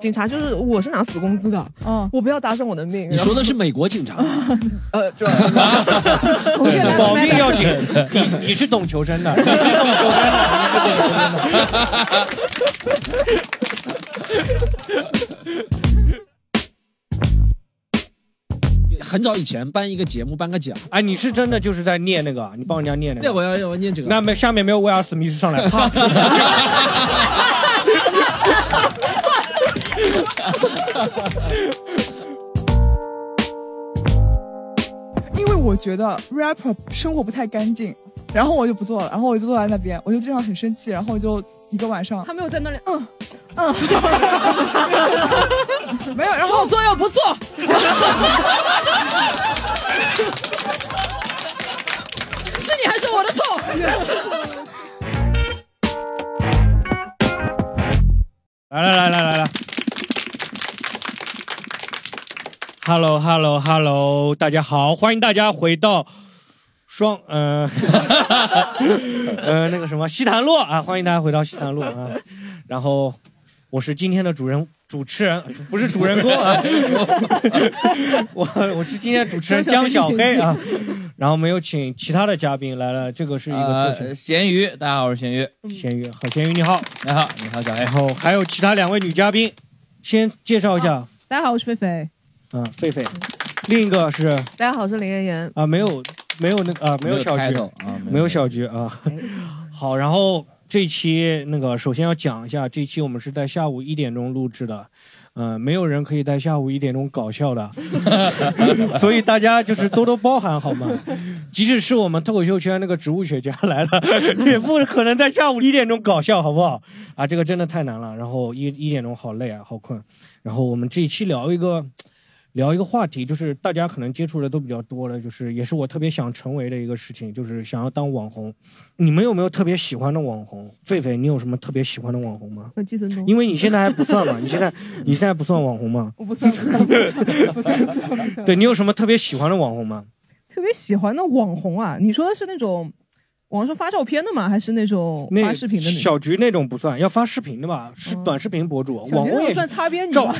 警察就是我是拿死工资的，嗯，我不要搭上我的命。你然后说的是美国警察，呃，这我觉得保命要紧，你你是懂求生的，你是懂求生的，你是懂求生的。很早以前办一个节目，颁个奖。哎，你是真的就是在念那个，你帮人家念那对，个。我要我念这个。那没下面没有威尔史密斯上来，啪！因为我觉得 rapper 生活不太干净，然后我就不做了，然后我就坐在那边，我就经常很生气，然后我就一个晚上他没有在那里，嗯， 没有，然后创作又不做， 是你还是我的 错？来来来来来来。Hello Hello Hello，大家好，欢迎大家回到双嗯 呃那个什么西坛路啊，欢迎大家回到西坛路啊。然后我是今天的主人主持人，不是主人公啊， 我我是今天的主持人江小黑啊。然后没有请其他的嘉宾来了，这个是一个特呃，咸鱼，大家好，我是咸鱼。选咸鱼，好咸鱼你好。你好，你好，小黑然。后还有其他两位女嘉宾，先介绍一下啊、大家好，我是菲菲，狒狒，另一个是啊、大家好，我是林妍妍。没有没有那个啊、没有小开菊头，啊，没有小菊啊、 好，然后这一期那个首先要讲一下，这一期我们是在下午一点钟录制的，嗯、没有人可以在下午一点钟搞笑的，嗯所以大家就是多多包涵好吗？即使是我们脱口秀圈那个植物学家来了， 也不可能在下午一点钟搞笑，好不好？啊，这个真的太难了。然后一一点钟好累啊，好困。然后我们这一期聊一个。聊一个话题，就是大家可能接触的都比较多了，就是也是我特别想成为的一个事情，就是想要当网红。你们有没有特别喜欢的网红？狒狒，你有什么特别喜欢的网红吗？那寄生虫，因为你现在还不算 嘛，你现在你现在不算网红嘛？我不算不算不算不算不算不算，对你有什么特别喜欢的网红吗？特别喜欢的网红啊，你说的是那种网上发照片的吗？还是那种那发视频的那种？哦小菊那种不算，要发视频的吧？是短视频博主，小网杰红那也种行算，擦边女照吧？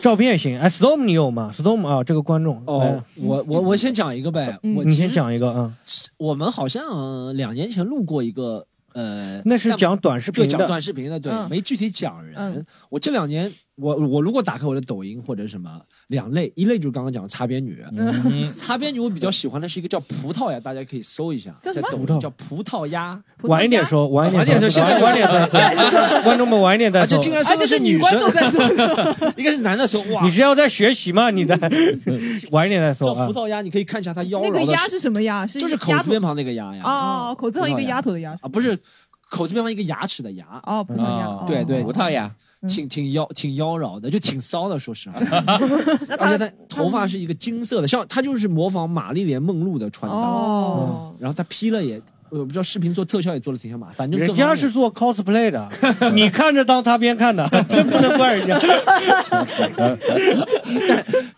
照片也行。哎，Storm 你有吗？Storm 啊，这个观众， 哦来，我我我先讲一个呗。嗯我你其先实讲一个啊，我们好像两年前录过一个，呃，那是但讲短视对频讲的，短视频的，对，嗯没具体讲人。嗯我这两年，我我如果打开我的抖音或者什么，两类，一类就是刚刚讲的擦边女。嗯， 擦边女，我比较喜欢的是一个叫葡萄呀，大家可以搜一下，叫什在么抖葡萄音叫葡萄鸭，葡萄晚一点牙，说，晚一晚点点说，现在晚一点说说， 观众们晚一点再而且说。竟然而搜且的是女观生，众在做。 一个是男的搜，哇 你，是要在学习吗？你在 晚一点再说叫啊葡。萄鸭，你可以看一下它妖 那个娆的鸭，是什么鸭？是就是口鸭字头边旁那个鸭呀。哦，口字旁一个葡萄牙丫头的丫，啊，不是口字边旁一个牙齿的牙，哦，葡萄牙，啊哦对对葡萄牙，嗯挺挺妖挺妖娆的，就挺骚的，说实话。 那而他且她头发是一个金色的，像她就是模仿玛丽莲梦露的穿搭，哦，然后她披了也，我不知道视频做特效也做的挺像马，反正人各方家面是做 cosplay 的， 你看着当擦边看的，真不能怪人家。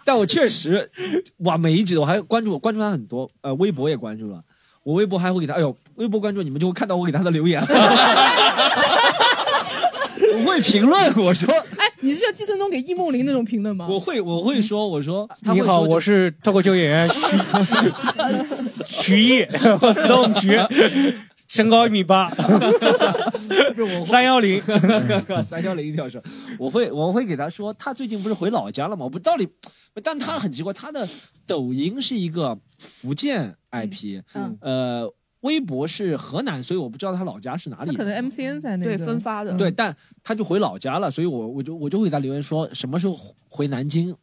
但我确实，哇，每一集我还关注关注他很多，呃，微博也关注了，我微博还会给他，哎呦，微博关注你们就会看到我给他的留言， 我会评论，我说哎，你是要寄生虫给易梦玲那种评论吗？我会我会说我说，他会你说好，我就是脱口秀演 员徐徐艺，我 storm 徐，身高一米八，不是我会三幺零。 三幺零一条蛇，我会我会给他说，他最近不是回老家了吗？我不到底，但他很奇怪，他的抖音是一个福建 IP，、嗯呃，微博是河南，所以我不知道他老家是哪那里。可能 MCN 在那个嗯发的对，但他就回老家了，所以我我就我就会给他留言说什么时候回南京，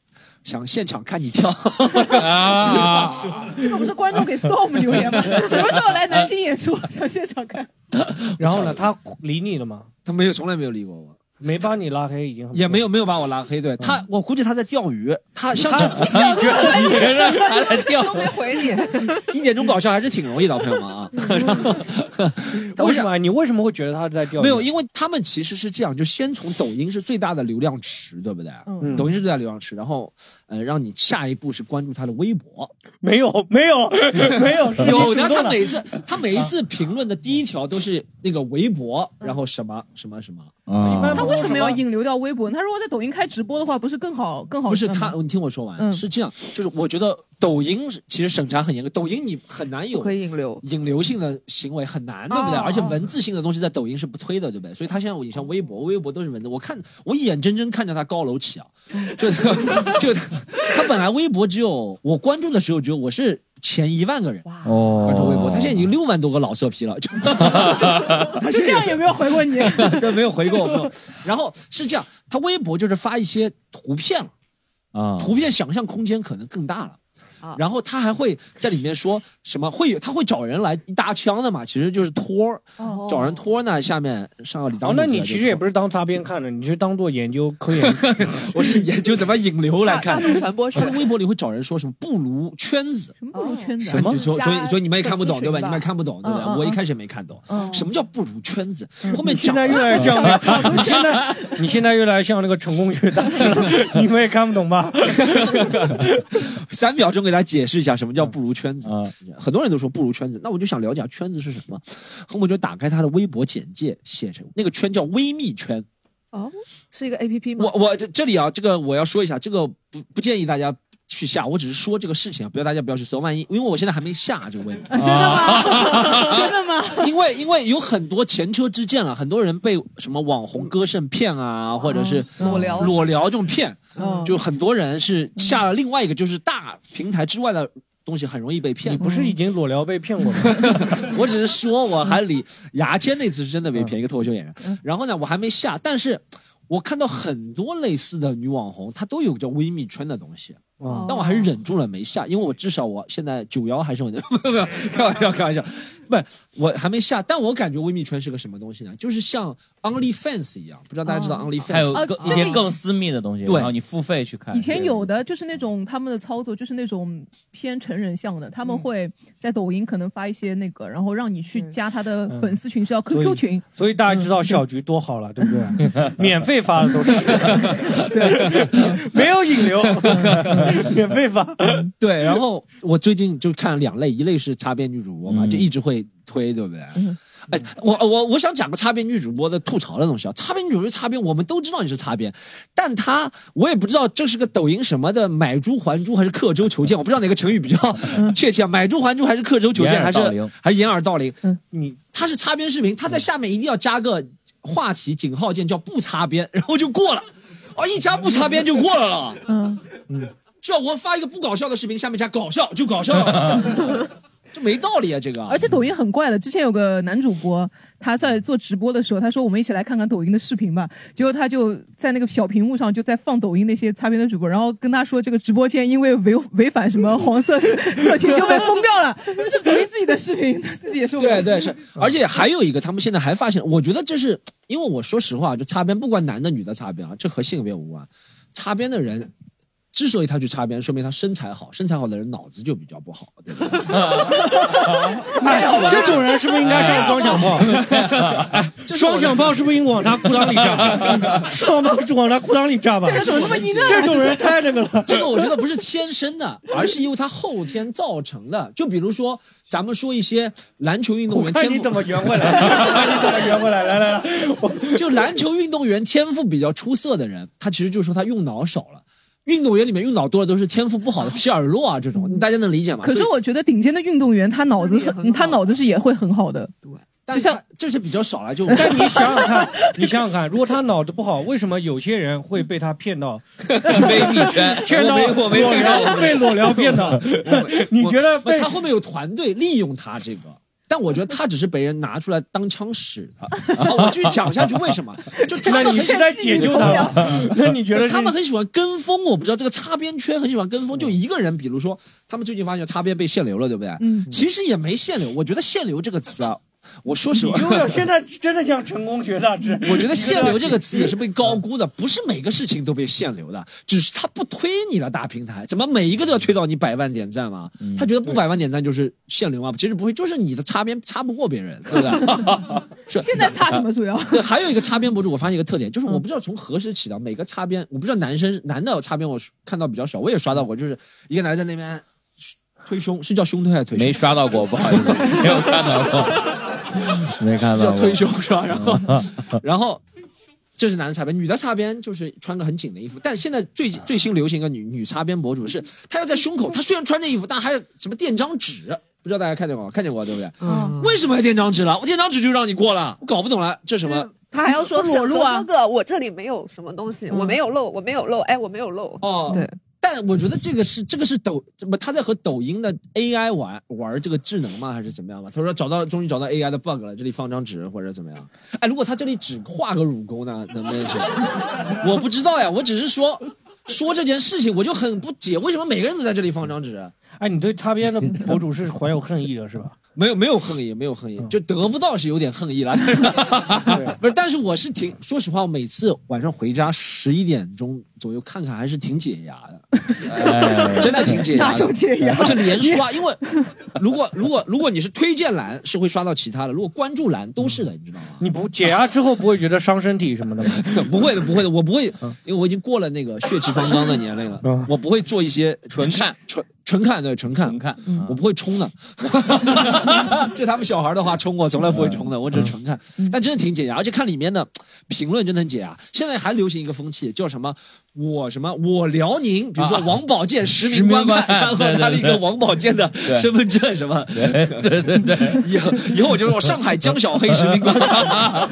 想现场看你 跳。 啊，这个不是观众给 Storm 留言吗？什么时候来南 京演出？想现场看。然后呢，他理你了吗？他没有从来没有理过我，没把你拉黑已经很嗯也没有没有把我拉黑，对他，我估计他在钓鱼，他像这，你想你觉得你觉得他在钓？回你， 一点钟搞笑还是挺容易的，朋友们啊。为什么？啊你为什么会觉得他是在钓鱼？没有，因为他们其实是这样，就先从抖音是最大的流量池，对不对？嗯抖音是最大流量池，然后呃，让你下一步是关注他的微博。没有，没有，没有， 是你有主的，动他的。啊每次他每一次评论的第一条都是那个微博，嗯然后什么什么什么。啊他为什么要引流到微博呢？他如果在抖音开直播的话，不是更好更好不是看吗他，你听我说完，嗯是这样，就是我觉得抖音是其实审查很严格，抖音你很难有不可以引流。引流性的行为很难，对不对？哦而且哦文字性的东西在抖音是不推的，对不对？所以他现在我你像微博，微博都是文字，我看我眼睁睁看着他高 楼起啊，就就他本来微博只有我关注的时候只有我是前一万个人哦关注微博，他现在已经六万多个老色 批了， 就他就这现在样有没有回过你？ 对没有回过我。然后是这样，他微博就是发一些图片了。啊图片想象空间可能更大了啊。然后他还会在里面说什么？会有他会找人来一搭腔的嘛？其实就是托儿，哦找人托儿呢。下面上个礼当哦，路那子你就其实也托不是当擦边看的，你是当做研究科研。 我是研究怎么引流来大看。众传播是他的微博里会找人说什么不如圈子，什么不如圈子啊？什么？所以所加以所以你们也看不懂粉丝对群吧？你吧们也看不懂对不对嗯嗯？嗯我一开始也没看懂，嗯什么叫不如圈子？嗯后面你现讲在越来越像，你现 在你现在越来越像那个成功学大师了，你们也看不懂吧？ 三秒钟给大家解释一下什么叫不如圈子。啊很多人都说不如圈子，那我就想了解啊圈子是什么，后面就打开他的微博简介，写成那个圈叫微密圈。哦，是一个 A P P 吗？我我这这里啊，这个我要说一下，这个不不建议大家去下，我只是说这个事情啊，不要大家不要去搜，万一因为我现在还没下这个微博， 啊真的 吗？真的吗？因为因为有很多前车之鉴了，啊很多人被什么网红歌圣骗啊，或者是哦裸聊裸聊这种骗，嗯就很多人是下了另外一个就是大平台之外的东西，很容易被你骗。不是已经裸聊被骗过吗？ 我只是说我还理牙签那次是真的被嗯骗，一个脱口秀演员。然后呢，我还没下，但是我看到很多类似的女网红，她都有叫微密圈的东西。哦但我还是忍住了没下，因为我至少我现在九幺还是我的， 没有没有，开玩笑开玩笑，不是我还没下，但我感觉微密圈是个什么东西呢？就是像 OnlyFans 一样，不知道大家知道 OnlyFans，、还有啊更这一个些更私密的东西，对然后你付费去看。以前有的就是那种他们的操作，就是那种偏成人向的，他嗯们会在抖音可能发一些那个，然后让你去加他的嗯粉丝群，是要所 QQ 以群，所以大家知道小菊多好了，对不 对？免费发的都是，没有引流， 免费发。 对，然后我最近就看两类，一类是擦边女主播嘛，嗯就一直会推，对不对？哎，我我我想讲个擦边女主播的吐槽的东西啊，擦边女主播是擦边，我们都知道你是擦边，但她我也不知道这是个抖音什么的买斃还珠还是刻舟求剑，我不知道哪个成语比较 确切啊，买斃还珠还是刻舟求剑嗯掩还耳是盗铃还是掩耳盗铃？你她是擦边视频，她在下面一定要加个话题井号键叫不擦边，然后就过了，哦，一加不擦边就过了了。嗯，是吧？我发一个不搞笑的视频，下面加搞笑就搞笑 了，这没道理啊！这个，而且抖音很怪的，之前有个男主播，他在做直播的时候，他说我们一起来看看抖音的视频吧。结果他就在那个小屏幕上就在放抖音那些擦边的主播，然后跟他说这个直播间因为违违反什么黄色色情就被封掉了， 这是抖音自己的视频，他自己也说不对对是，而且还有一个，他们现在还发现，我觉得这是因为我说实话，就擦边，不管男的女的擦边啊，这和性别无关。擦边的人，之所以他去擦边，说明他身材好，身材好的人脑子就比较不好，对不对？哎，啊这种人是不是应该上双响 炮？双响炮是不是应该往他裤裆里 扎？双炮往他裤裆里扎吧？这种人那么啊阴暗，这种人太那个了。 这个我觉得不是天生的，而是因为他后天造成的。就比如说，咱们说一些篮球运动我员看天你赋怎么圆回 来，我看你怎么圆回来，来来来， 我就篮球运动员天赋比较出色的人，他其实就是说他用脑少了。运动员里面用脑多的都是天赋不好的皮尔洛啊这种，大家能理解吗？可是 所以，我觉得顶尖的运动员，他脑子自己也很好他脑子是也会很好的，但是就像他这是比较少了，就但你想想看， 你想想看，如果他脑子不好，为什么有些人会被他骗到 微密圈， 骗到我没我裸没骗聊被裸聊骗到？你觉得不被他后面有团队利用他这个。但我觉得他只是被人拿出来当枪使的。 啊我继续讲下去，为什么？就他那们你很 是在解救他吗？ 那你觉得是他们很喜欢跟风，我不知道这个擦边圈很喜欢跟风，就一个人，比如说他们最近发现擦边被限流了，对不对？嗯，其实也没限流，我觉得限流这个词啊，我说实话，如果现在真的想成功学大师， 我觉得“限流”这个词也是被高估的，不是每个事情都被限流的，只是他不推你的大平台，怎么每一个都要推到你百万点赞嘛？嗯他觉得不百万点赞就是限流嘛？其实不会，就是你的擦边擦不过别人，对不对？是现在擦什么主要？ 对，还有一个擦边博主，我发现一个特点，就是我不知道从何时起的，每个擦边，我不知道男生男的擦边我看到比较少，我也刷到过，就是一个男的在那边推胸，是叫胸推还是推胸？没刷到过，不 好意思，没有看到过，没看到叫过。推胸是吧？然后，然后这是男的擦边，女的擦边就是穿个很紧的衣服。但现在最最新流行一个女女擦边博主是，她要在胸口，她虽然穿这衣服，但还有什么垫张纸，不知道大家看见过吗？看见过对不对？嗯为什么要垫张纸了？我垫张纸就让你过了，我搞不懂了，这什么？他还要说裸露啊沈哥哥，我这里没有什么东嗯西，我没有漏，我没有漏，哎，我没有漏。哦，对。但我觉得这个是这个是抖怎么他在和抖音的 AI 玩玩这个智能吗？还是怎么样吧？他说找到终于找到 AI 的 bug 了，这里放张纸或者怎么样？哎，如果他这里只画个乳沟呢，能不能行？我不知道呀，我只是说说这件事情，我就很不解，为什么每个人都在这里放张纸？啊哎，你对擦边的博主是怀有恨意的是吧？嗯没有没有恨意，没有恨意，就得不到是有点恨意了。 不是，但是我是挺说实话，我每次晚上回家十一点钟左右看看，还是挺解压的。哎真的挺解压的，哪种解压而且连刷，因为如果如果如果你是推荐栏是会刷到其他的，如果关注栏都是的，你知道吗？嗯你不解压之后不会觉得伤身体什么的吗？ 不会的，不会的，我不会，因为我已经过了那个血气方刚的 年龄了嗯，我不会做一些纯看纯纯看对纯看嗯你。看，嗯我不会冲的， 这他们小孩的话冲我从来不会冲嗯的，我只是纯看，但真的挺解压，而且看里面的评论真的很解压。现在还流行一个风气，叫什么我什么我辽宁，比如说啊王宝健实实名名观看观，看然后对对他的一个对王宝健的对身份证什么，对对对对， 以后以后我就是我上海江小黑实名观看，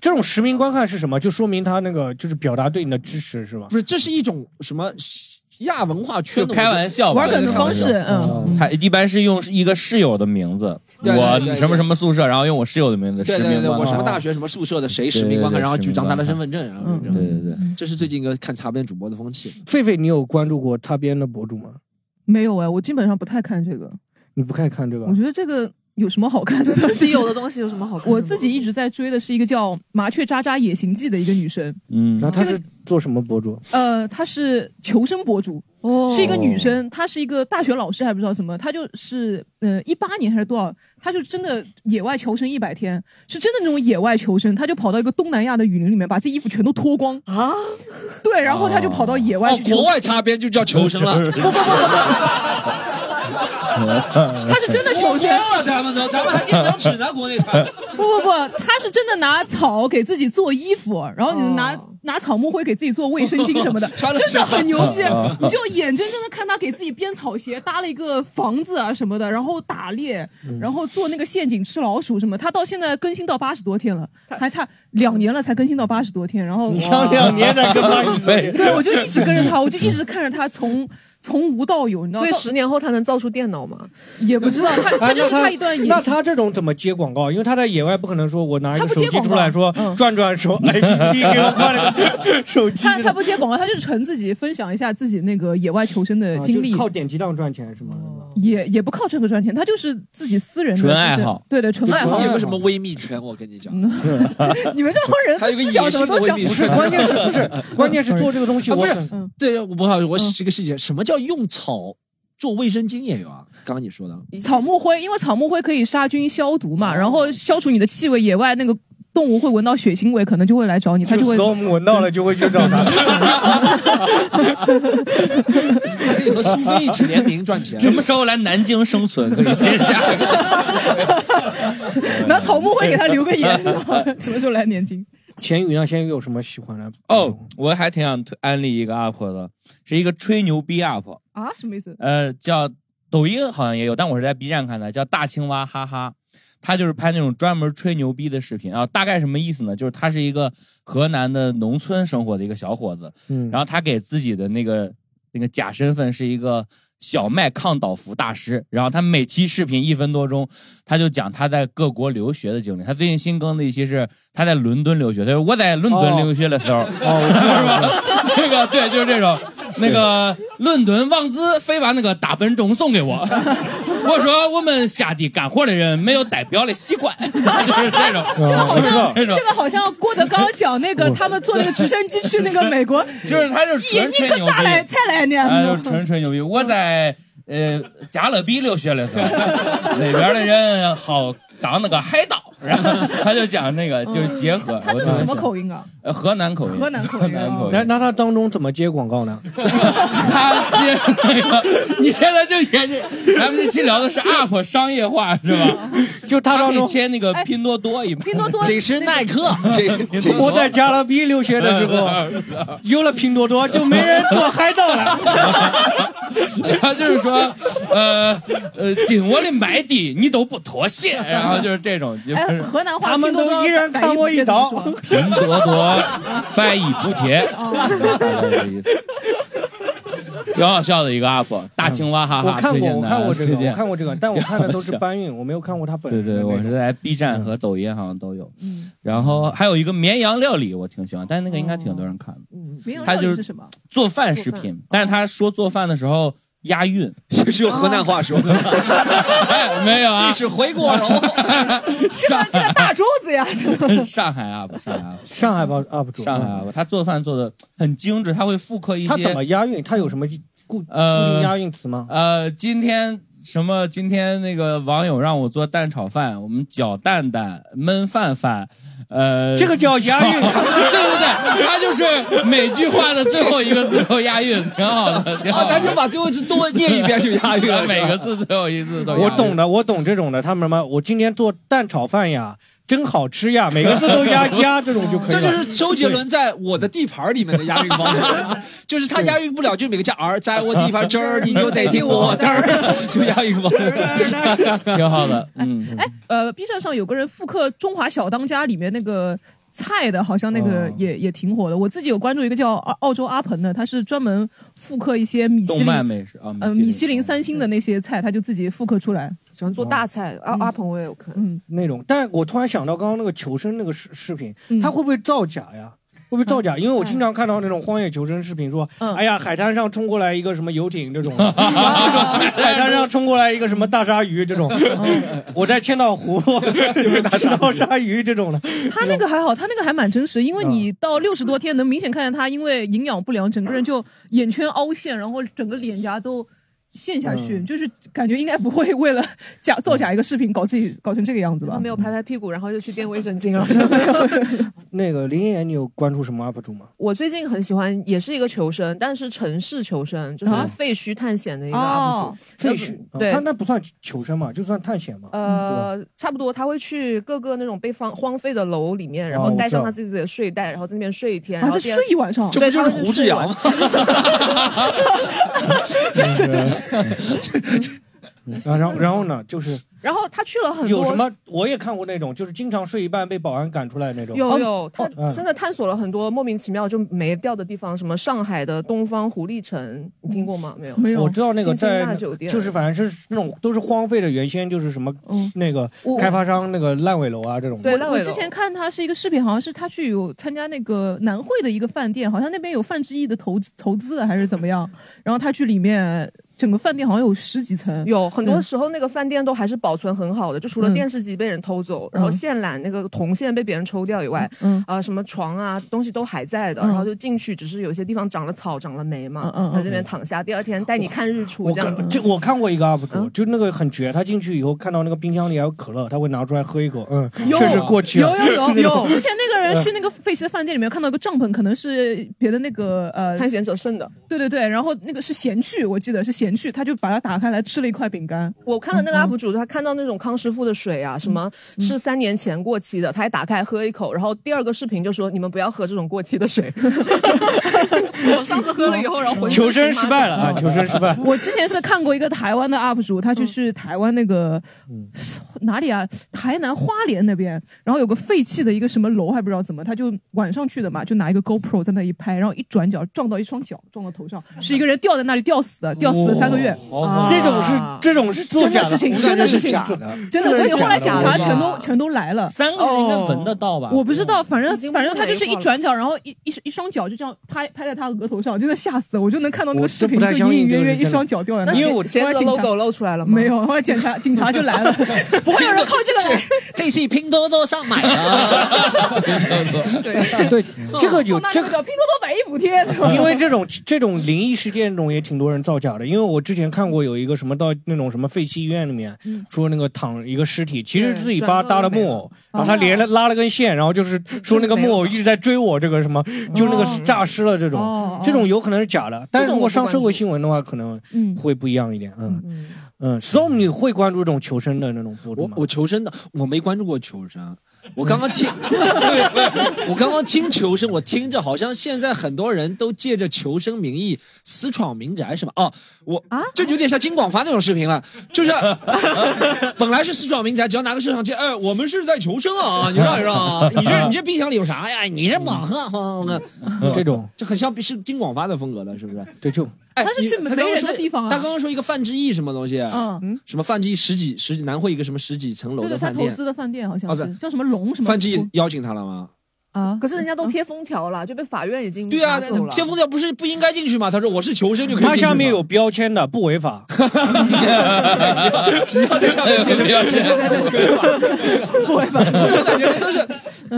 这种实名观看是什么？就说明他那个就是表达对你的支持是吧？不是，这是一种什么 亚文化圈就的开玩笑吧，玩梗的开玩方笑式，嗯，他一般是用一个室友的名字，对对对我对什么什么宿舍，然后用我室友的名字对实对对名对，观我什么看。 大学什么宿舍的谁实名观看，对对对然后实名举张他的观看身份证，然后嗯这对样对对，这是最近一个看擦边主播的风气。狒狒，你有关注过擦边的博主吗？没有哎，我基本上不太看这个，你不爱看这个我？觉得这个有什么好看的？自自己有的东西有什么好看的吗？我自己一直在追的是一个叫《麻雀渣渣野行记》的一个女生，嗯然后他是做什么博主？呃，她是求生博主，哦是一个女生，她是一个大学老师，还不知道什么，她就是呃一八年还是多少，她就真的野外求生一百天，是真的那种野外求生，她就跑到一个东南亚的雨林里面，把自己衣服全都脱光，啊，对，然后她就跑到野外哦去，求国外擦边就叫求生了， 她是真的求求生生，了，他们都，咱们还垫张纸呢，国内擦。不不不，她是真的拿草给自己做衣服，然后你拿、哦拿草木灰给自己做卫生巾什么的， 穿了哦真的很牛逼。你就眼睁睁的看她给自己编草鞋，搭了一个房子啊什么的，然后打猎，嗯然后做那个陷阱吃老鼠什么。她到现在更新到八十多天了，还差两年了才更新到八十多天。然后你上两年才跟他一对对 我就一直跟着她，我就一直看着她从从无到有，你知道吗？所以十年后他能造出电脑吗？也不知道 她，她就是她一段哎那野他这种怎么接广告？因为他在野外不可能说我拿一他个不手接机广出来告说嗯转转手 APP 给我换了 个手机，他他不接广告，他就是纯自己分享一下自己那个野外求生的啊经就历，哦是靠点击量赚钱是吗？也也不靠这个赚钱，他就是自己私人的纯就是爱好对对，纯爱好纯。有个什么微密圈，我跟你讲， 你们这帮人还有一个不讲野什么性的都微想密不是，圈。关键是不 是？关键是做这个东西，啊不我是很对，我不好，我嗯是这个细节，什么叫用草做卫生巾也有啊？刚刚你说的，草木灰，因为草木灰可以杀菌消毒嘛，然后消除你的气味，野外那个动物会闻到血腥味，可能就会来找你，他就会。 storm 闻到了就会去找他。还可以和苏菲一起联名赚钱。什么时候来南京生存可以先加一个？ 拿草木灰给他留个言，然后什么时候来南京？ 咸鱼呢？咸鱼有什么喜欢的？哦，我还挺想推安利一个 UP 的，是一个吹牛逼 UP，啊？什么意思？呃，叫抖音好像也有，但我是在 B 站看的，叫大青蛙哈哈。他就是拍那种专门吹牛逼的视频啊，大概什么意思呢？就是他是一个河南的农村生活的一个小伙子，嗯，然后他给自己的那个那个假身份是一个小麦抗倒伏大师，然后他每期视频一分多钟，他就讲他在各国留学的经历。他最近新更的一期是他在伦敦留学，他说我在伦敦留学的时候，哦，我知道 了。这个对，就是这种。那个伦敦王子非把那个大笨钟送给我， 我说我们下地干活的人没有代表的习惯， 就是这种，这个好像，这这种，个好像郭德纲讲那个他们坐那个直升机去那个美国 就是他就是一纯你吹可牛逼咋来才来那样哎呦，的。纯纯牛逼！我在呃加勒比留学的时 候，那边的人好当那个海盗，然后他就讲那个就是结合。嗯他这是什么口音？音啊？呃，河南口音。河南口音啊河南口那音。那他当中怎么接广告呢？他接那个，啊 你现在就研究，咱们这期聊的是 UP 商业化是吧？就他他当可以中，切那 哎个拼多多一拼拼多多这是耐克，这这 我在加勒比留学的时候，有了拼多多就没人做海盗了。然后就是说，呃呃，紧握的买地你都不妥协，然后就是这种，就是哎，河南话他们拼多多都依然百看我不贴一刀怎 么说拼多多百亿补贴，大概这意思。挺好笑的一个 UP，大青蛙哈哈，我看过，推荐我大看家过这个，推荐我看过这个，但我看的都 是搬运，我没有看过他本对人的那对，个。我是在 B 站和抖音好像都有。然后还有一个绵羊料理，我挺喜欢，但是那个应该挺多人看的，没有他到底就是是什么？做饭视做频。但是他说做饭的时候押 韵，这是用河南话说，哎，没有啊这，是回锅 肉。上这个大柱子呀， 上海 UP，上海 UP，上海 UP UP 主，上海 UP，他做饭做的很精致，他会复刻一他怎些么押韵？他有什么固固定呃押韵词吗？呃，今天什么？今天那个网友让我做蛋炒饭，我们搅蛋蛋、焖饭饭，呃，这个叫押韵。 对对对，他就是每句话的最后一个字都押韵，挺好的，挺好啊，的。咱就把最后一次多念一遍就 押韵了。每个字最后一字都押韵我懂。的，我懂这种的。他们什么？我今天做蛋炒饭呀，真好吃呀，每个字都押加这种就可以 这就了。是周杰伦在《我的地盘》里面的押韵方 式，就是他押韵不了，就每个加 r，在我地盘这儿你就得听我的儿，就押韵方式。挺好 的，嗯，哎，呃，B 站上有个人复刻《中华小当家》里面那个菜的，好像那个哦也、也挺火的。我自己有关注一个叫澳澳洲阿鹏的，他是专门复刻一些米其动漫林。美食啊，呃，米其林三星的那些菜，他就自己复刻出来。喜欢做大菜，阿阿鹏我也有看，嗯，那种，但我突然想到刚刚那个求生那个视视频嗯，它会不会造假呀？会不会造假？因为我经常看到那种荒野求生视频，说，嗯哎呀，海滩上冲过来一个什么游艇这种的，海滩上冲过来一个什么大鲨鱼这种， 我在千岛湖有个嗯大鲨鱼这种的， 他那个还好，他那个还蛮真实，因为你到六十多天能明显看见他，因为营养不良，整个人就眼圈凹陷，然后整个脸颊都陷下去，就是感觉应该不会为了假造假一个视频搞自 己搞成这个样子他吧没？有拍拍屁股，然后就去垫卫生 巾了。那个林岩，你有关注什么 UP 主吗？我最近很喜欢，也是一个求生，但是城市求生，就是废墟探险的一个 UP 哦主，废墟，啊对他那不算求生嘛，就算探险嘛。呃，差不多，他会去各个那种被荒荒废的楼里面，然哦后我带知道上他自己的睡袋，然后在那边睡一天，啊，然后这第二睡一晚上，这不就是胡志阳吗？嗯啊嗯 然后然后呢，就是然后他去了很有多什么，我也看过那种，就是经常睡一半被保安赶出来那种。有哦有，他嗯真的探索了很多莫名其妙就没掉的地方，什么上海的东方狐狸城，你听过吗？没有，没有我知道那个金星在大酒店就是反正是那种都是荒废的，原先就是什么嗯那个我开发商那个烂尾楼啊这种的。对烂我尾之楼前看他是一个视频，好像是他去有参加那个南汇的一个饭店，好像那边有范志毅的投资投资还是怎么样，然后他去里面整个饭店好像有十几层，有很多嗯时候那个饭店都还是保存很好的，就除了嗯电视机被人偷走，然后嗯线缆那个铜线被别人抽掉以外，嗯啊、什么床啊东西都还在的，嗯然后就进去，只是有些地方长了草，长了霉嘛，嗯嗯嗯在这边躺下，第二天带你看日出我这样子看。这我看过一个 UP 主，嗯就那个很绝，他进去以后看到那个冰箱里还有可乐，他会拿出来喝一口，嗯，有确实过期了嗯有。有 有有，之前那个人去那个废弃的饭店里面看到一个帐篷，可能是别的那个呃，探险者剩的，对对对，然后那个是咸去，我记得是咸去，他就把它打开来吃了一块饼干，。我看了那个 UP 主，他看到那种康师傅的水啊，什么是三年前过期的，他还打开喝一口，然后第二个视频就说你们不要喝这种过期的水。我上次喝了以后，然后浑身求生荨麻失败疹了啊！求生失败我之前是看过一个台湾的 UP 主，他就去台湾那个、嗯是哪里啊？台南花莲那边，然后有个废弃的一个什么楼，还不知道怎么，他就晚上去的嘛，就拿一个 GoPro 在那一拍，然后一转角撞到一双脚，撞到头上，是一个人吊在那里吊死的，吊死了三个月。啊好好这种是这种是作真假的事情，我真感的觉事是清假楚的，真的。这所是以后来警假察的吧全哦都全都来了，三个人应该闻得到吧？我不知道，反正已经反正他就是摸一了转角，然后一一一双脚就这样拍拍在他额头上，真的吓死我！我就能看到那我个真视频，不太就相隐信隐这约个约是一真双的脚掉下来。那因为鞋我鞋后来子的警察 logo 露出来了吗？没有，后来警察警察就来了，不会有人靠近来。这是拼多多上买的，对，这个有哦那这就个。叫拼多多百亿补贴，对吧因 为这种这种灵异事件中也挺多人造假的，因为我之前看过有一个什么到那种什么废弃医院里面，说那个躺一个尸体，其实对自己搭搭的木偶，然后他连了拉了根线，然后就是说那个木偶一直在追我这个什么，就那个是诈尸了这种，哦这种有可能是假的，但是如果上社这种我不会关注新闻的话，可能嗯会不一样一点，嗯嗯，storm 你会关注这种求生的那种博主我吗？我求生的，我没关注过求 生。 我刚刚听，我刚刚听求生，我听着好像现在很多人都借着求生名义私闯民宅是吧？哦，我啊，这有点像金广发那种视频了，就是 本来是私闯民宅，只要拿个摄像机，哎，我们是在求生啊，你让一让啊，你这你这冰箱里有啥呀？你这莽 汉，哼哼哼哦这种这很像是金广发的风格了，是不是？这就哎，他是去你没他刚刚人说的地方啊他刚刚说一个范志毅什么东西，啊嗯，什么范记十几十几南汇一个什么十几层楼对的对，他饭投店，资的饭店好像哦是对叫什么龙什么范记邀请他了吗？啊，可是人家都贴封条了，就被法院已经对啊，拿走了。天风调不是不应该进去吗？他说我是求生就可以进去吗。它下面有标签的，不违 法。只要在下哎面不要这样 不会吧？是我感觉这都是，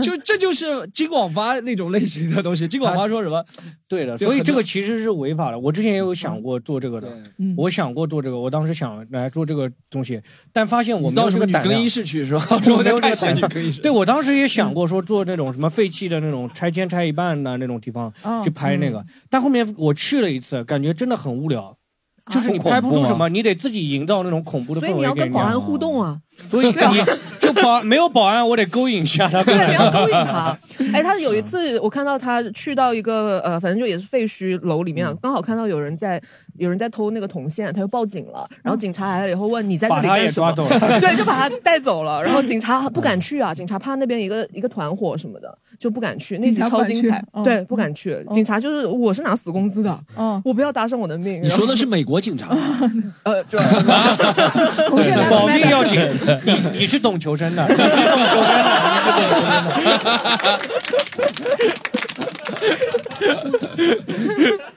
就这就是金广发那种类型的东西。金广发说什么？对的，对所以很这多个其实是违法的。我之前也有想过做这个的，嗯我想过做这个，我当时想来做这个东西，但发现我你没到有这什个么女胆更量衣。室嗯 去是吧？说我在我没有看这鞋个女更衣室。对，我当时也想过说做那种什么废弃的那种拆迁拆一半的那种地方哦去拍那嗯个，但后面我去了一次，感觉真的很无聊，就是你拍不恐出啊怖什吗么，你得自己营造那种恐怖的啊所氛以你要围给跟人保家。安互动啊，所以你就保没有保安，我得勾引一下他过不来。要勾引他。哎，他有一次我看到他去到一个呃，反正就也是废墟楼里面啊，刚好看到有人在有人在偷那个铜线，他就报警了。然后警察来了以后问你在这把里他也干什抓么？走了， 对，就把他带走了。然后警察不敢去啊，警察怕那边一个一个团伙什么的，就不敢去。那集警察不超敢精彩去，哦对，不敢去。警察就是我是拿死工资的，哦，我不要搭上我的命。你说的是美国警察，呃，就同学来保我命卖要紧。你你是懂求生的，你是懂求生的，你是懂求生的。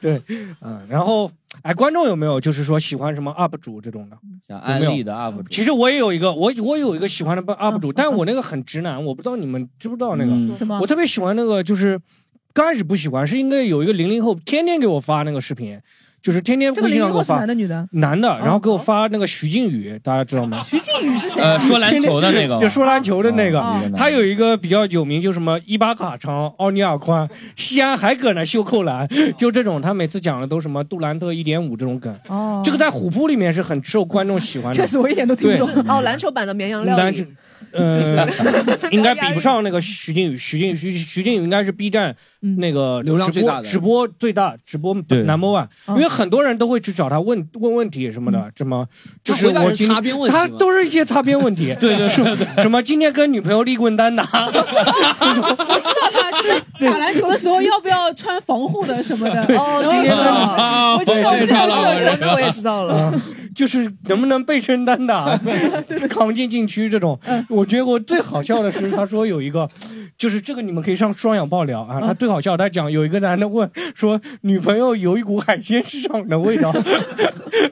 对，嗯，然后哎，观众有没有就是说喜欢什么 UP 主这种的？想安利的 UP 主，其实我也有一个，我我有一个喜欢的 UP 主，但我那个很直男，我不知道你们知不知道那个。嗯嗯什么我？特别喜欢那个，就是刚开始不喜欢，是因为有一个零零后天天给我发那个视频，就是天天这个微信零上给零我后是发男的女的？男的，然后给我发那个徐静宇，大家知道吗？徐静宇是谁啊？呃，说篮球的那个，嗯就说篮球的那个，哦他有一个比较有名，就什么伊巴卡长、奥尼尔宽，西安还搁那秀扣哦篮，就这种，他每次讲的都什么杜兰特一点五这种梗，哦，这个在虎扑里面是很受观众啊喜欢的。确实我一点都听不懂。哦，篮球版的绵羊料篮理 球，，呃， 应该比不上那个徐静宇。徐静宇，徐徐静宇应该是 B 站嗯那个流量直最播大的直播最大，直播对 number one。因嗯为很多人都会去找他问问问题什么的，什么就是他回答我是今擦边问题他吗都是一些擦边问题。对对对，什么今天跟女朋友立棍单打，我知道他就是打篮球的时候要不要穿防护的什么的。哦，然后这什么个。啊，我记得我这记个得是我我那我也知道了，啊就是能不能背身单 打，扛进禁区这种。嗯我觉得我最好笑的是，他说有一个，就是这个你们可以上双氧爆聊啊。嗯他最好笑，他讲有一个男的问说，女朋友有一股海鲜市场的味道，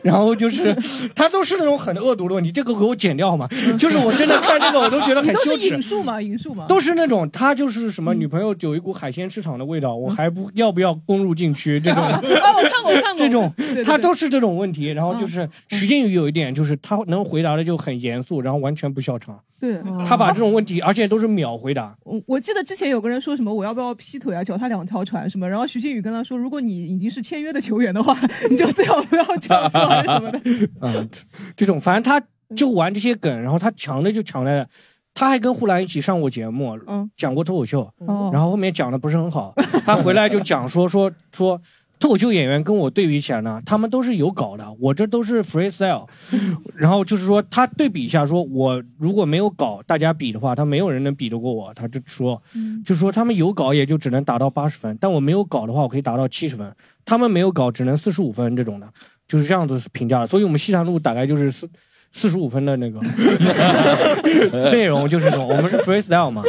然后就是他都是那种很恶毒的问题，这个给我剪掉好吗？就是我真的看这个我都觉得你很都羞是耻引。述嘛，引述嘛。都是那种他就是什嗯么女朋友有一股海鲜市场的味道，我还不要不要攻入禁区 这种。啊，嗯我看过，我看过这种对对嗯对他都是这种问题，然后就是徐静宇有一点就是他能回答的就很严肃，然后完全不笑场。对。他把这种问题，而且都是秒回 答。我我记得之前有个人说什么我要不要劈腿啊，脚踏两条船什么，然后徐静宇跟他说，如果你已经是签约的球员的话，你就最好不要这样做还是什么的。 嗯，这种反正他就玩这些梗，然后他强的就强在，他还跟呼兰一起上过节目，嗯讲过脱口秀，哦然后后面讲的不是很好， 他回来就讲说说说。脱口秀演员跟我对比起来呢，他们都是有稿的，我这都是 freestyle。然后就是说，他对比一下说，我如果没有稿，大家比的话，他没有人能比得过我。他就说，就说他们有稿也就只能达到八十分，但我没有稿的话，我可以达到七十分。他们没有稿只能四十五分这种的，就是这样子评价的。所以我们西坛路大概就是四四十五分的那 个内容，就是这种。我们是 freestyle 嘛，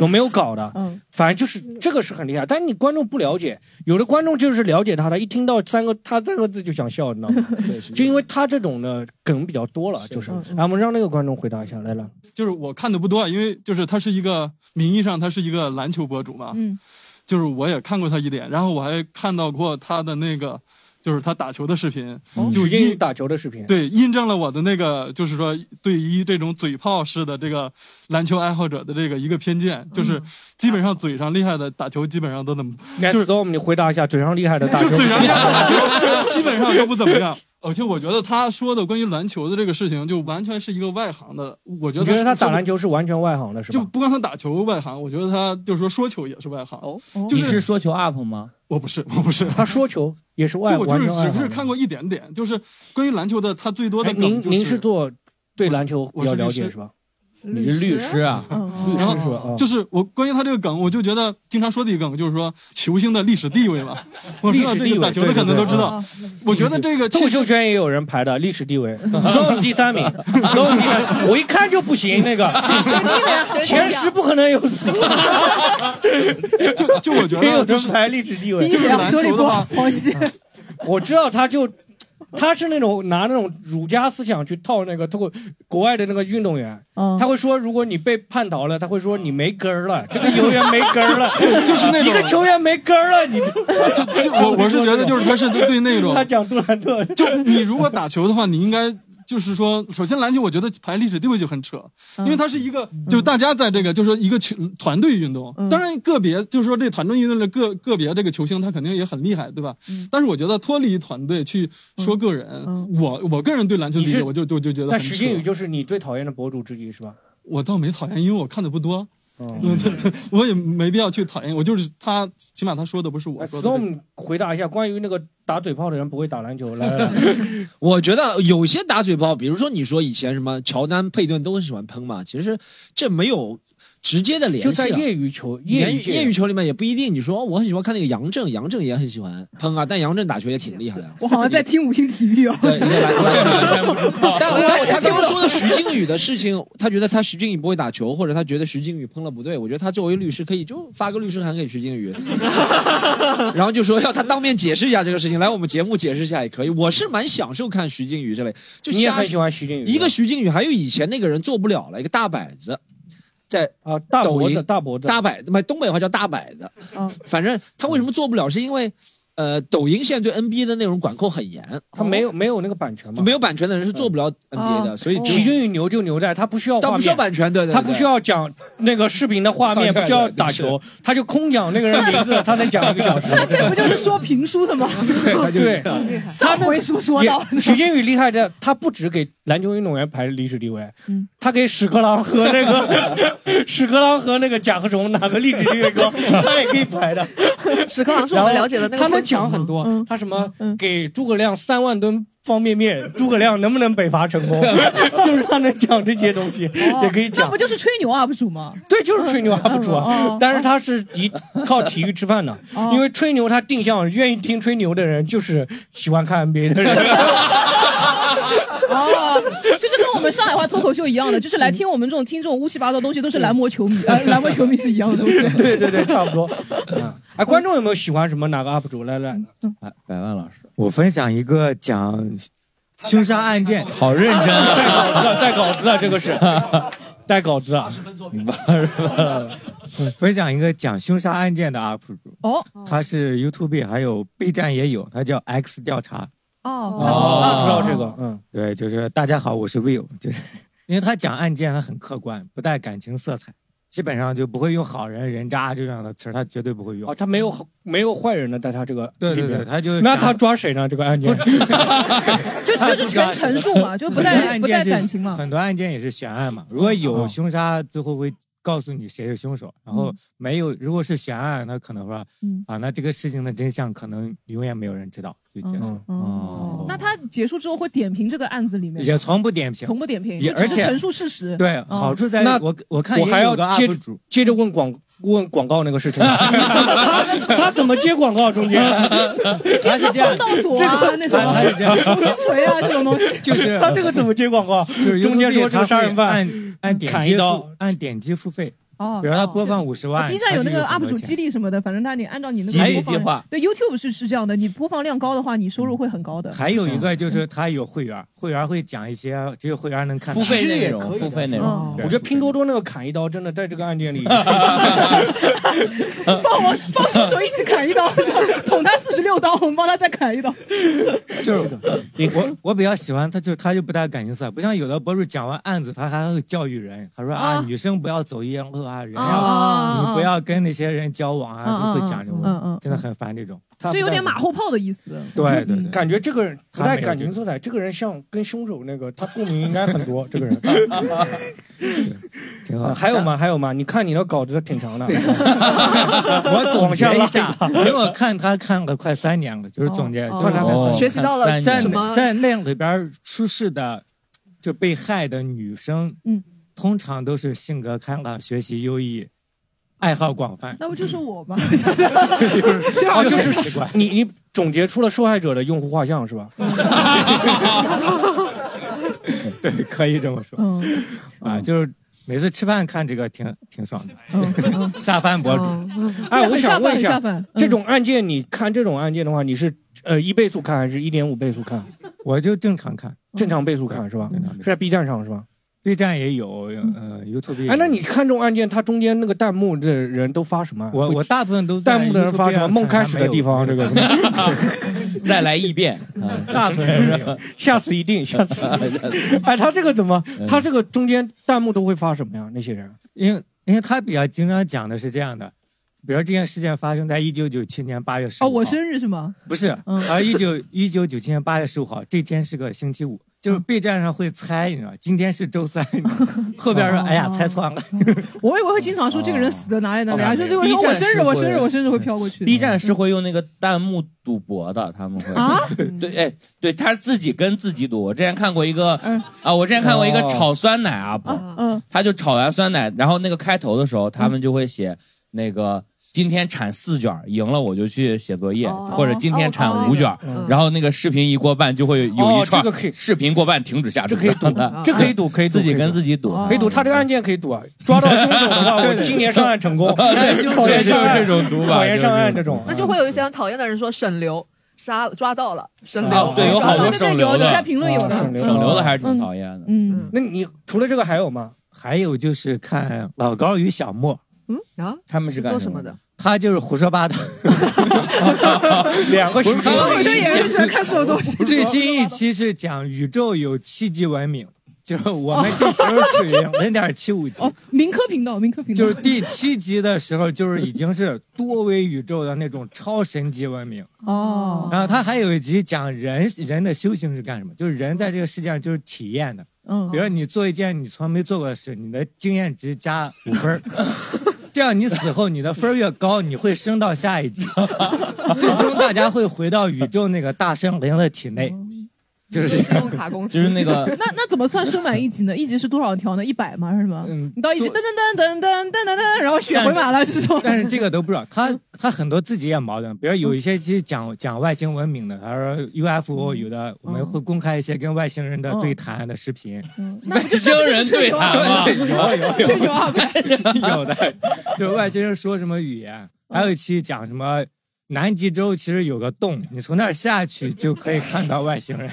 我没有搞的，反正就是这个是很厉害。但你观众不了解，有的观众就是了解他的，一听到三个他三个字就想笑，你知道吗？就因为他这种的梗比较多了，就是。然后我们让那个观众回答一下，来了。就是我看的不多，因为就是他是一个名义上他是一个篮球博主嘛，嗯，就是我也看过他一点，然后我还看到过他的那个就是他打球的视频，就就印印打球的视频，对印证了我的那个就是说对于这种嘴炮式的这个篮球爱好者的这个一个偏见，就是基本上嘴上厉害的打球基本上都怎么，就是 Storm，你回答一下嘴上厉害的大就球，嘴上厉害的打球基本上都不怎么样。而且我觉得他说的关于篮球的这个事情，就完全是一个外行的。我觉你得觉得他说打的篮球是完全外行的，是就吧？不光他打球外行，我觉得他就是说说球也是外行。哦，就你是是说球 UP 吗？我不是， 我不是。他说球也是外，啊就我就完是全外只行是的。看过一点点，就是关于篮球的，他最多的哎，您梗就您是做对篮球比较了我是律解师是吧？你是律师啊？律师是吧啊就是我关于他这个梗，我就觉得经常说的一个梗就是说球星的历史地 位嘛。我知道历史这地个位打球的可能都知啊道。我觉得这个脱口其实秀圈也有人排的历史地 位，Storm 第三名，Storm 第三，我一看就不行，那个啊前十不可能有 Storm，就就我觉也有得就人是排历史地第位一。就是谁啊？篮周球立的波、话黄西， 我知道他就他是那种拿那种儒家思想去套那个透过国外的那个运动员，嗯他会说如果你被叛逃了，他会说你没根儿了，这个球员没根儿了， 就是那一种个球员没根儿了， 你就就我我是觉得就是他是对那 种他讲杜兰特，就你如果打球的话，你应该就是说，首先篮球我觉得排历史地位就很扯，因为它是一个就大家在这个就是说一个球团队运嗯动，当然个别就是说这团队运动的个个别这个球星他肯定也很厉害，对吧？嗯但是我觉得脱离团队去说个人，我我个人对篮球理你解是我就就就觉得那很徐扯靖宇。就是你最讨厌的博主之一是吧？我倒没讨厌，因为我看的不多。嗯嗯，对对， 我也没必要去讨厌，我就是他，起码他说的不是我说的这个。 Storm 哎回答一下关于那个 打嘴炮的人不会打篮球，来 来来，我觉得有些打嘴炮，比如说你说以前什么乔丹、佩顿都很喜欢喷嘛，其实这没有直接的联系啊就了。在业余球业业余余界业余球里面也不一定，你说我很喜欢看那个杨震，杨震也很喜欢喷啊，但杨震打球也挺厉 害的。我好像在听五星体育哦。对，一个篮球篮球完全不知哦道。但但我他刚刚 说的徐靖宇的事情，他觉得他徐靖宇不会打球，或者他觉得徐靖宇喷了不对。我觉得他作为律师，可以就发个律师函给徐 靖宇，然后就说要他当面解释一下这个事情，来我们节目解释一下也可以。我是蛮享受看徐靖宇这类，就你也瞎很喜欢徐靖宇，一个徐靖宇，还有以前那个人做不了了，一个大摆子，在啊大抖脖子音大脖子大摆子，买东北话叫大摆子。嗯反正他为什么做不了，是因为呃，抖音现在对 NBA 的内容管控很严，他没有没有那个版权嘛？没有版权的人是做不哦了 NBA 的，所以就徐靖宇牛就牛在他不需要他画不需要面。版权，对对，他不需要讲那个视频的画面， 对对不需要打球，他就空讲那个人名 字，他能讲一个小时。那 这不就是说评书的吗？对，上回书说到，也徐靖宇厉害的，他不只给篮球运动员排历史地位，嗯他给屎壳郎和那个 屎壳郎和那个甲壳虫哪个历史地位高，他也可以排的。屎壳郎是我然后们了解的那个他昆虫吗，能讲很多，嗯他什么给诸葛亮三万吨方便面，诸葛亮能不能北伐成功， 就是他能讲这些东西，也可以哦那讲不。就是吹牛 UP 主吗？对，就是吹牛 UP 主嗯啊嗯， 哦但是他是以靠体育吃饭的，因为吹牛他定向，愿意听吹牛的人就是喜欢看 NBA 的人。哦，就是跟我们上海话脱口秀一样的，就是来听我们这种听这种乌七八糟东西，都是蓝魔球迷，呃，蓝魔球迷是一样的东西。 对对对，差不多。嗯，哎，观众有没有喜欢什么哪个 UP 主？来来，哎百万老师我分享一个讲凶杀案件，好认嗯真带啊！稿子啊， 带稿子啊，这个是带稿子啊。分享一个讲凶杀案件的 UP 主，哦他是 YouTube 还有备战也有，他叫 X 调查。哦，知道这个，嗯，对，就是大家好，我是 Will，就是因为他讲案件，他很客观，不带感情色彩，基本上就不会用好人、人渣这样的词儿，他绝对不会用哦，。他没有好没有坏人的，在他这个对里对面对，他就那讲他抓谁呢？这个案件，就就是全陈述嘛，就不带很不多带案件是感情嘛。哦很多案件也是悬案嘛，如果有凶杀，最后会告诉你谁是凶手，然后没有，如果是悬案，那可能说嗯啊，那这个事情的真相可能永远没有人知道，就结束了，嗯哦，那他结束之后会点评这个案子里面，也从不点评。从不点评，也就只而是且陈述事实。哦对，好处在于哦那我我看我还也有要个接 UP 主，接着问广顾问广告那个事情， 他他怎么接广告中间？他是这样风道锁啊那什么他是这样，重新锤啊这种东西就是他这 个怎么接广告？就是中间说这个杀人犯按按点砍击一付刀，按点击付费。哦比如他播放五十啊万，B 站有那个他就 UP 很多主钱激励什么的，反正他你按照你那激励个播放计划量，对 YouTube 是是这样的，你播放量高的话，你收入会很高的。嗯还有一个就是他有会员，会员会讲一些只有会员能看付费内容其实也可以的付费内容嗯我觉得拼多多那个砍一刀真的在这个案件里，帮我帮凶手一起砍一刀， 捅他四十六刀，我们帮他再砍一刀。就是我我比较喜欢他，就是他就不带感情色，不像有的博主讲完案子，他还会教育人，他说啊，女生不要走夜路啊，人啊要你不要跟那些人交往啊，嗯会讲这嗯嗯嗯种，真的很烦这种。这有 点马后炮的意思。对对对，感觉这个人不他带没有感情色彩，这个人像跟凶手那个，他共鸣应该很多。这个人挺好。还有吗？还有吗？你看你的稿子挺长的， 我总往结下啊一 拉下，因为我看他看了快三年了，就是总结，就是看他看哦学习到了看三在年什么在那里边出事的，就被害的女生，嗯，通常都是性格开朗、学习优异、爱好广泛。那不就是我吗？哦，就这样奇是怪你你总结出了受害者的用户画像是吧？对， 可以这么说。嗯啊，就是每次吃饭看这个挺挺爽的。嗯， 下饭博主， 哎，我想问一下下饭，嗯这种案件你看这种案件的话，你是呃一倍速看还是一点五倍速看？我就正常看，正常倍速看是吧？是在 B 站上是吧？ B 站也有，嗯呃，YouTube 也有。哎，那你看这种案件，它中间那个弹幕的人都发什么？我我大部分都在弹幕的人发什 YouTube 么？上梦开始的 地方，这个什么？ 再来嗯一遍，嗯大部分没有下次一定，下次。哎，他这个怎么？嗯他这个中间弹幕都会发什么呀？那些人因为因为他比较经常讲的是这样的，比如这件事件发生在一九九七年八月十五哦，号，我生日是嗯吗？不是，而一九一九九七年八月十五号这天是个星期五，就是嗯 B 站上会猜，你知道，今天是周三，后边说哎哦呀猜错了，我以为会经常说这个人死的哪里哪里，哦还说这个人说 B 我站生日是我生日会我生日会飘过去 B 站是会用那个弹幕赌博的，他们会啊，对，哎，对他自己跟自己赌。我之前看过一个，嗯啊，我之前看过一个哦炒酸奶 UP，、嗯他就炒完酸奶，然后那个开头的时候，他们就会写那个。今天产四卷儿，赢了我就去写作业，哦或者今天产五卷儿，哦然后那个视频一过半就会有一嗯哦串、这个可以视频过半停止下这可以赌的，这可 以赌，可以赌自己跟自己哦赌，可以赌。他这个案件可以赌啊，抓到凶手的话，我今年上岸成 功。猜凶手考对，验就上是这岸，种赌法，考验上岸这哦种。那就会有一些很讨厌的人说沈流杀抓到了沈哦流，对有好多省流的嗯大家评论有啊省的，流省流的还是挺讨厌的。嗯，那你除了这个还有吗？还有就是看老高与小莫，嗯啊，他们是干做什什么么的的？他就是胡说八道，两个徐州不是我这也是喜欢看这种东西。最新一期是讲宇宙有七级文明，就是我们地球处于零点七五级。 哦，民科频道，民科频道就是第七集的时候，就是已经是多维宇宙的那种超神级文明。哦，然后他还有一集讲人人的修行是干什么，就是人在这个世界上就是体验的。嗯比如说你做一件你从来没做过的事，你的经验值加五分儿这样你死后你的分儿越高，你会升到下一级，最终大家会回到宇宙那个大圣灵的体内，就是这信样。用卡公 司就是那个那那怎么算升满一级呢？一级是多少条呢？一百吗？还是什么？嗯你到一级噔噔噔噔噔噔噔噔，然后血回满了这种。 但是这个都不知道，他他很多自己也矛盾，比如有一些其实讲讲外星文明的，他说 UFO 有的我们会公开一些跟外星人的对谈的视频，那不就外星人对啊谈吗，对，有有吹牛啊！有 有的，就是外星人说什么语言，还有一期讲什么。南极洲其实有个洞，你从那儿下去就可以看到外星人，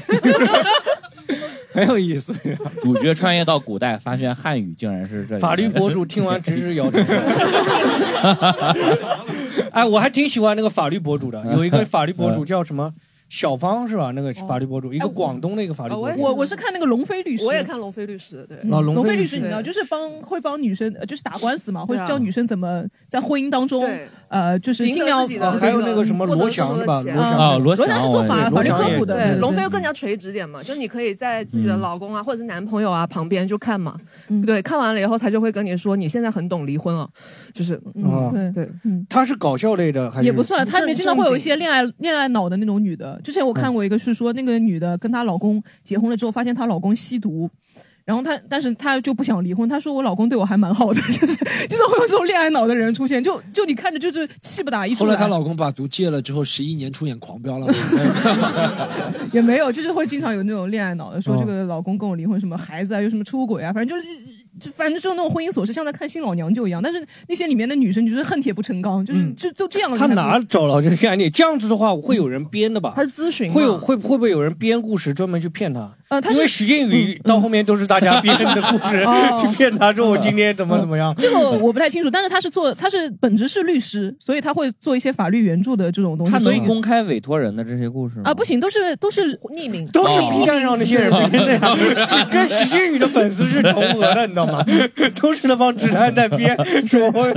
很有意思。主角穿越到古代，发现汉语竟然是这里法律博主听 完直直 摇头。哎，我还挺喜欢那个法律博主的，有 一个法律嗯博主叫什么小芳是吧？那个法律博主，一个广东的一个法律博哦主。哦哎我我是看那个龙飞律师，嗯我也看龙飞律师，对，老龙龙飞飞律律师，师你知道，就是帮会帮女生，呃就是打官司嘛，会对啊教女生怎么在婚姻当中对，呃，就是赢得尽量自己的哦，还有那个什么罗翔是吧？罗翔啊，罗罗翔是做对法法律罗翔科也普的，嗯对对，对龙飞又更加垂直点嘛，就是你可以在自己嗯的老公啊，或者是男朋友啊旁边就看嘛，嗯对，看完了以后他就会跟你说你现在很懂离婚啊，就是啊哦嗯，对。对，他是搞笑类的还是？也不算，它里面正经常会有一正些恋爱恋爱脑的那种女嗯的。之前我看过一个，是说那个女的跟她老公结婚了之后，发现她老公吸毒，然后她，但是她就不想离婚。她说我老公对我还蛮好的， 就是就是会有这种恋爱脑的人出现，就就你看着就是气不打一处后来。来她老公把毒戒了之后，十一年出演狂飙了。也没有，就是会经常有那种恋爱脑的，嗯说这个老公跟我离婚，什么孩子啊，又什么出轨啊，反正就是。就反正就是那种婚姻琐事，像在看《新老娘舅》一样。但是那些里面的女生，就是恨铁不成钢，嗯就是、就都这样的。他哪找到这个概念？这样子的话，会有人编的吧？他是咨询嘛会有会会不会有人编故事专门去骗他？呃他是因为徐静宇到后面都是大家编的故事 哦去骗他，说我今天怎么怎么样。这个我不太清楚，但是他是做，他是本职是律师，所以他会做一些法律援助的这种东西。他所以能公开委托人的这些故事吗？啊？不行，都是都是哦匿名，都是 B 站 上那些人编的呀，跟徐静宇的粉丝是重合的，你知道吗？ 都是那帮直男在编，说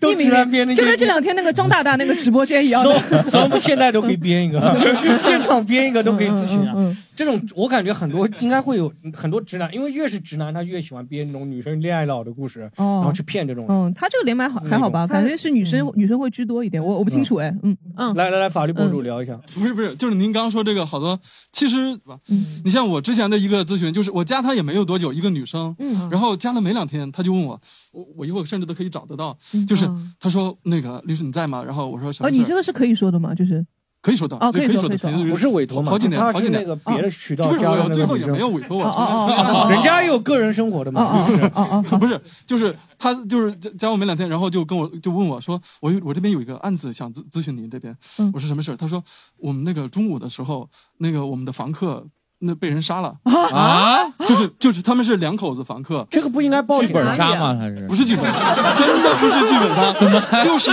都直男编的，就跟这两天那个张大大那个直播间一样的。 搜搜我们现在都可以编一个， 现场编一个都可以咨询嗯 啊。这种我感觉很多应该会有很多直男，因为越是直男，他越喜欢编这种女生恋爱脑的故事，哦然后去骗这种人。嗯，他这个连麦好还好吧？感觉是女生女生会居多一点，我我不清楚哎，嗯嗯。来来来，法律博主聊一下。嗯不是不是，就是您刚说这个好多，其实吧，嗯你像我之前的一个咨询，就是我加她也没有多久，一个女生，嗯然后加了没两天，她就问我，我我一会儿甚至都可以找得到，就是她说那个律师你在吗？然后我说嗯什哦，么事儿？你这个是可以说的吗？就是可以说的哦可以以说的，可以说肯定不是委托嘛好几年，他是好几年那个别的渠道不是加的那我个哦最后也女生没有委托我，哦哦哦 哦 哦人家也有个人生活的嘛，就是哦哦不是，就是他就是加加我们两天，然后就跟我就问我说，我有我这边有一个案子想咨咨询您这边，嗯我说什么事儿？他说我们那个中午的时候，那个我们的房客那被人杀了，啊，就是就是他们是两口子房客，这个不应该报啊剧警本吗？杀吗？他是不是剧本杀，真的不是剧本杀，怎么 就是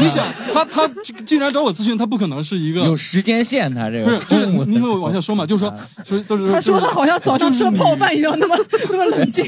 你想他他既然找我咨询，他不可能是一个有时间线，他这不个是就是中午你你听我往下说嘛，就是说就是都是他说就是他好像早上吃了泡饭一样， 那么那么冷静。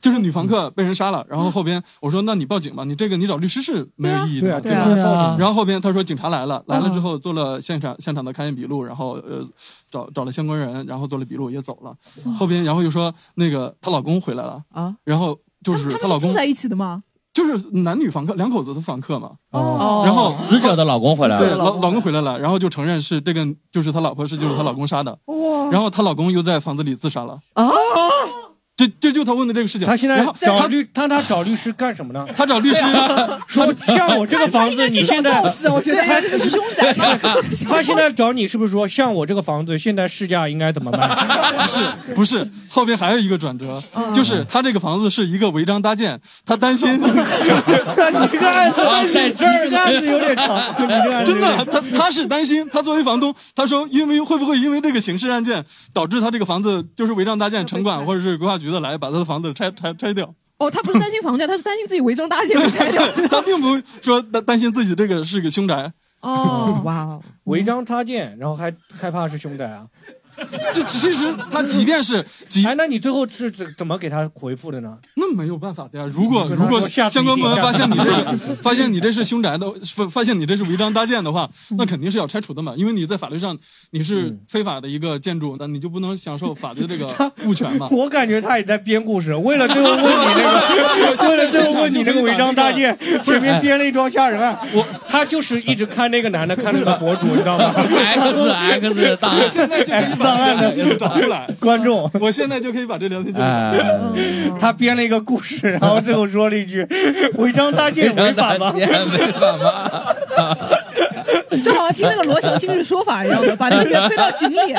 就是女房客被人杀了，然后后边我说那你报警吧，你这个你找律师是没有意义的对嘛，啊，吧？对啊，然后后边他说警察来了，嗯来了之后做了现场现场的勘验笔录，然后呃找找了相关人，然后做了笔录也走了。后边然后又说那个她老公回来了啊，然后就是他她们是老住公在一起的吗？就是男女房客两口子的房客嘛，哦然后死者的老公回来对了，老老公回来了，然后就承认是这个就是她老婆是就是她老公杀哦的，然后她老公又在房子里自杀了啊，这这就他问的这个事情，他现在然后找他律，他他找律师干什么呢？ 他找律师。 说像我这个房子，你现在他应该去找道士啊我觉得他这是凶宅吧。 他现在找你是不是说像我这个房子现在市价应该怎么卖？不是 不是，后边还有一个转折，就是他这个房子是一个违章搭建，他 担心，你这个案子啊在这儿呢你这个案子有点长， 你这个案子有真点的，他他是担心，他作为房东，他说因为会不会因为这个刑事案件导致他这个房子就是违章搭建，城管或者是规划局的来把他的房子拆拆拆掉，哦，他不是担心房价，他是担心自己违章搭建被 拆掉。 他并不说担担心自己这个是个凶宅，哦，哇哦， 违章搭建，然后还害怕是凶宅啊？这其实 他即便是即哎，那你最后是怎怎么给他回复的呢？那没有办法的呀，如果跟他如果说下次相关部门一定发要现你这个发现你这是凶宅的，发发现你这是违章搭建的话，那肯定是要拆除的嘛，因为你在法律上你是非法的一个建筑，那你就不能享受法律这个物权嘛。 我感觉他也在编故事，为了最后问 你那个，为了最后问你那个违章搭建，前面编了一桩吓人案。我他就是一直看那个男的，看那个博主，你知道 吗？ X X 档案。现在就可以 X 档把案的这个记录找出 来，观众，我现在就嗯可以把这聊天记录。哎，他编了一个故事，然后最后说了一句：“ 违章搭建违法吗？”违法吗？就好像听那个罗翔今日说法一样的，把那个人推到井里，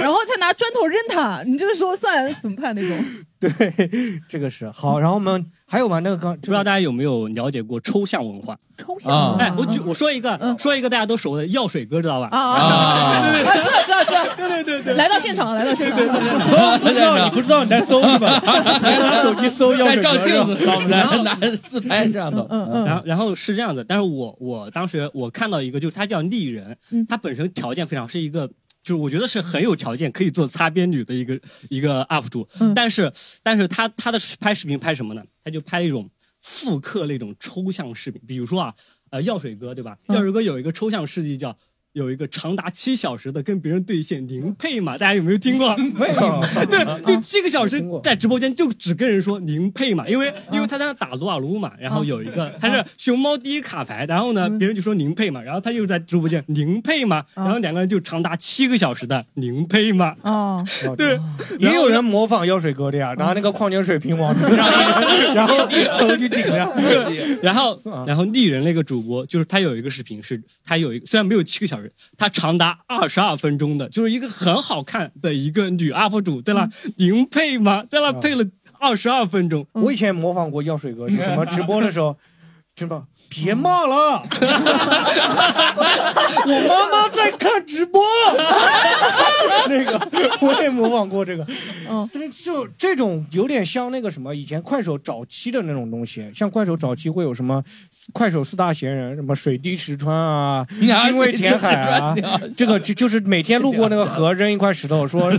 然后再拿砖头扔他，你就是说算怎么判那种？对， 这个是好。然后我们还有吗？那个刚不知道大家有没有了解过抽象文化？抽象啊啊哎，我举我说一个，说一个大家都熟的药水哥，知道吧？啊啊！啊知道知道知道，对对对对，来到现场了，来到现场 了。哦不知道你不知道你在搜是吧？你还拿手机搜药在水照哥是镜吧？子扫，拿拿着自拍摄像头。然后然后是这样的，但是我我当时我看到一个，就是他叫丽人，他本身条件非常，是一个。就是我觉得是很有条件可以做擦边女的一个一个 UP 主，但是但是他他的拍视频拍什么呢？他就拍一种复刻那种抽象视频，比如说啊，呃，药水哥对吧？药水哥有一个抽象事迹叫有一个长达七小时的跟别人对线零配嘛，大家有没有听过？配哦嘛 对，就七个小时在直播间就只跟人说零配嘛，因为因为他在那打撸啊撸嘛，然后有一啊个他是熊猫第一卡牌，然后呢嗯别人就说零配嘛，然后他又在直播间零配嘛，啊然后两个人就长达七个小时的零配嘛，哦，对，也有人模仿药水哥的呀，拿那个矿泉水瓶往头上， 然后头去顶着。 然后，然后丽人那个主播，就是他有一个视频是，他有一个虽然没有七个小时，他长达二十二分钟的，就是一个很好看的一个女 UP 主在那嗯零配吗？在那配了啊二十二分钟。我以前模仿过药水哥，就什么直播的时候，什么别骂了，我妈妈在看直 播。那个我也模仿过这个，嗯，就是就这种有点像那个什么，以前快手早期的那种东西，像快手早期会有什么快手四大闲人，什么水滴石穿啊，你还是精卫填海啊你还是，这个就就是每天路过那个河扔一块石头， 说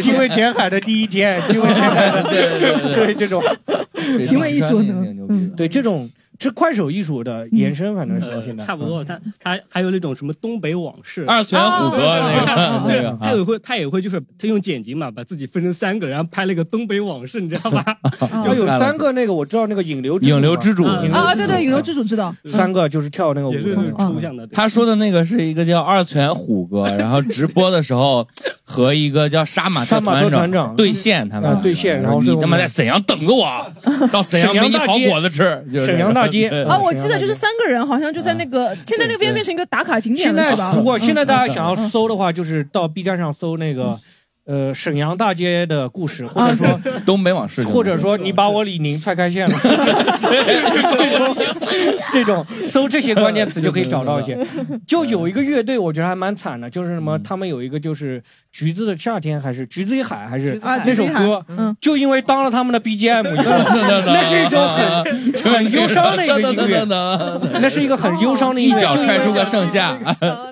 精卫填海的第一天，精卫填海 的，对对对对对这种行为艺术呢，嗯，对这种是快手艺术的延伸，反正是到现在差不。嗯多，他他还有那种什么东北往事，啊二次元虎哥那个那对个，他也会他也会就是他用剪辑嘛，把自己分成三个，然后拍了一个东北往事，你知道 吧？就哦有三个那个我知道那个引流引流主嘛之主，嗯啊，对对，宇宙之主知道，嗯嗯三个就是跳那个舞也是的，抽象的。对他说的那个是一个叫二次元虎哥，然后直播的时候和一个叫杀马特杀马特团团长对线，他啊们对线然后嗯你是我他们妈在沈阳等着我，到沈阳沈没阳你大好街果子吃。就是沈阳大街对啊，嗯我沈记阳得大就是街三个人，好像就在那个，现在那边对变成一个打卡景点现了，在是吧？嗯不过现在大家嗯想要搜的话，就是到 B 站上搜那个。呃，沈阳大街的故事，或啊者说，东北往事，或者说你把我李宁踹开线了， 这种搜这些关键词就可以找到一 些。就有一个乐队，我觉得还蛮惨的，就是什嗯么，他们有一个就是《橘子的夏天》还是《橘子与海》还是啊，那首歌，嗯，就因为当了他们的 BGM 以后， 那那是一种很很忧伤的一个音乐，乐，那是一个很忧伤的音哦乐，一脚就因踹为出个盛 夏，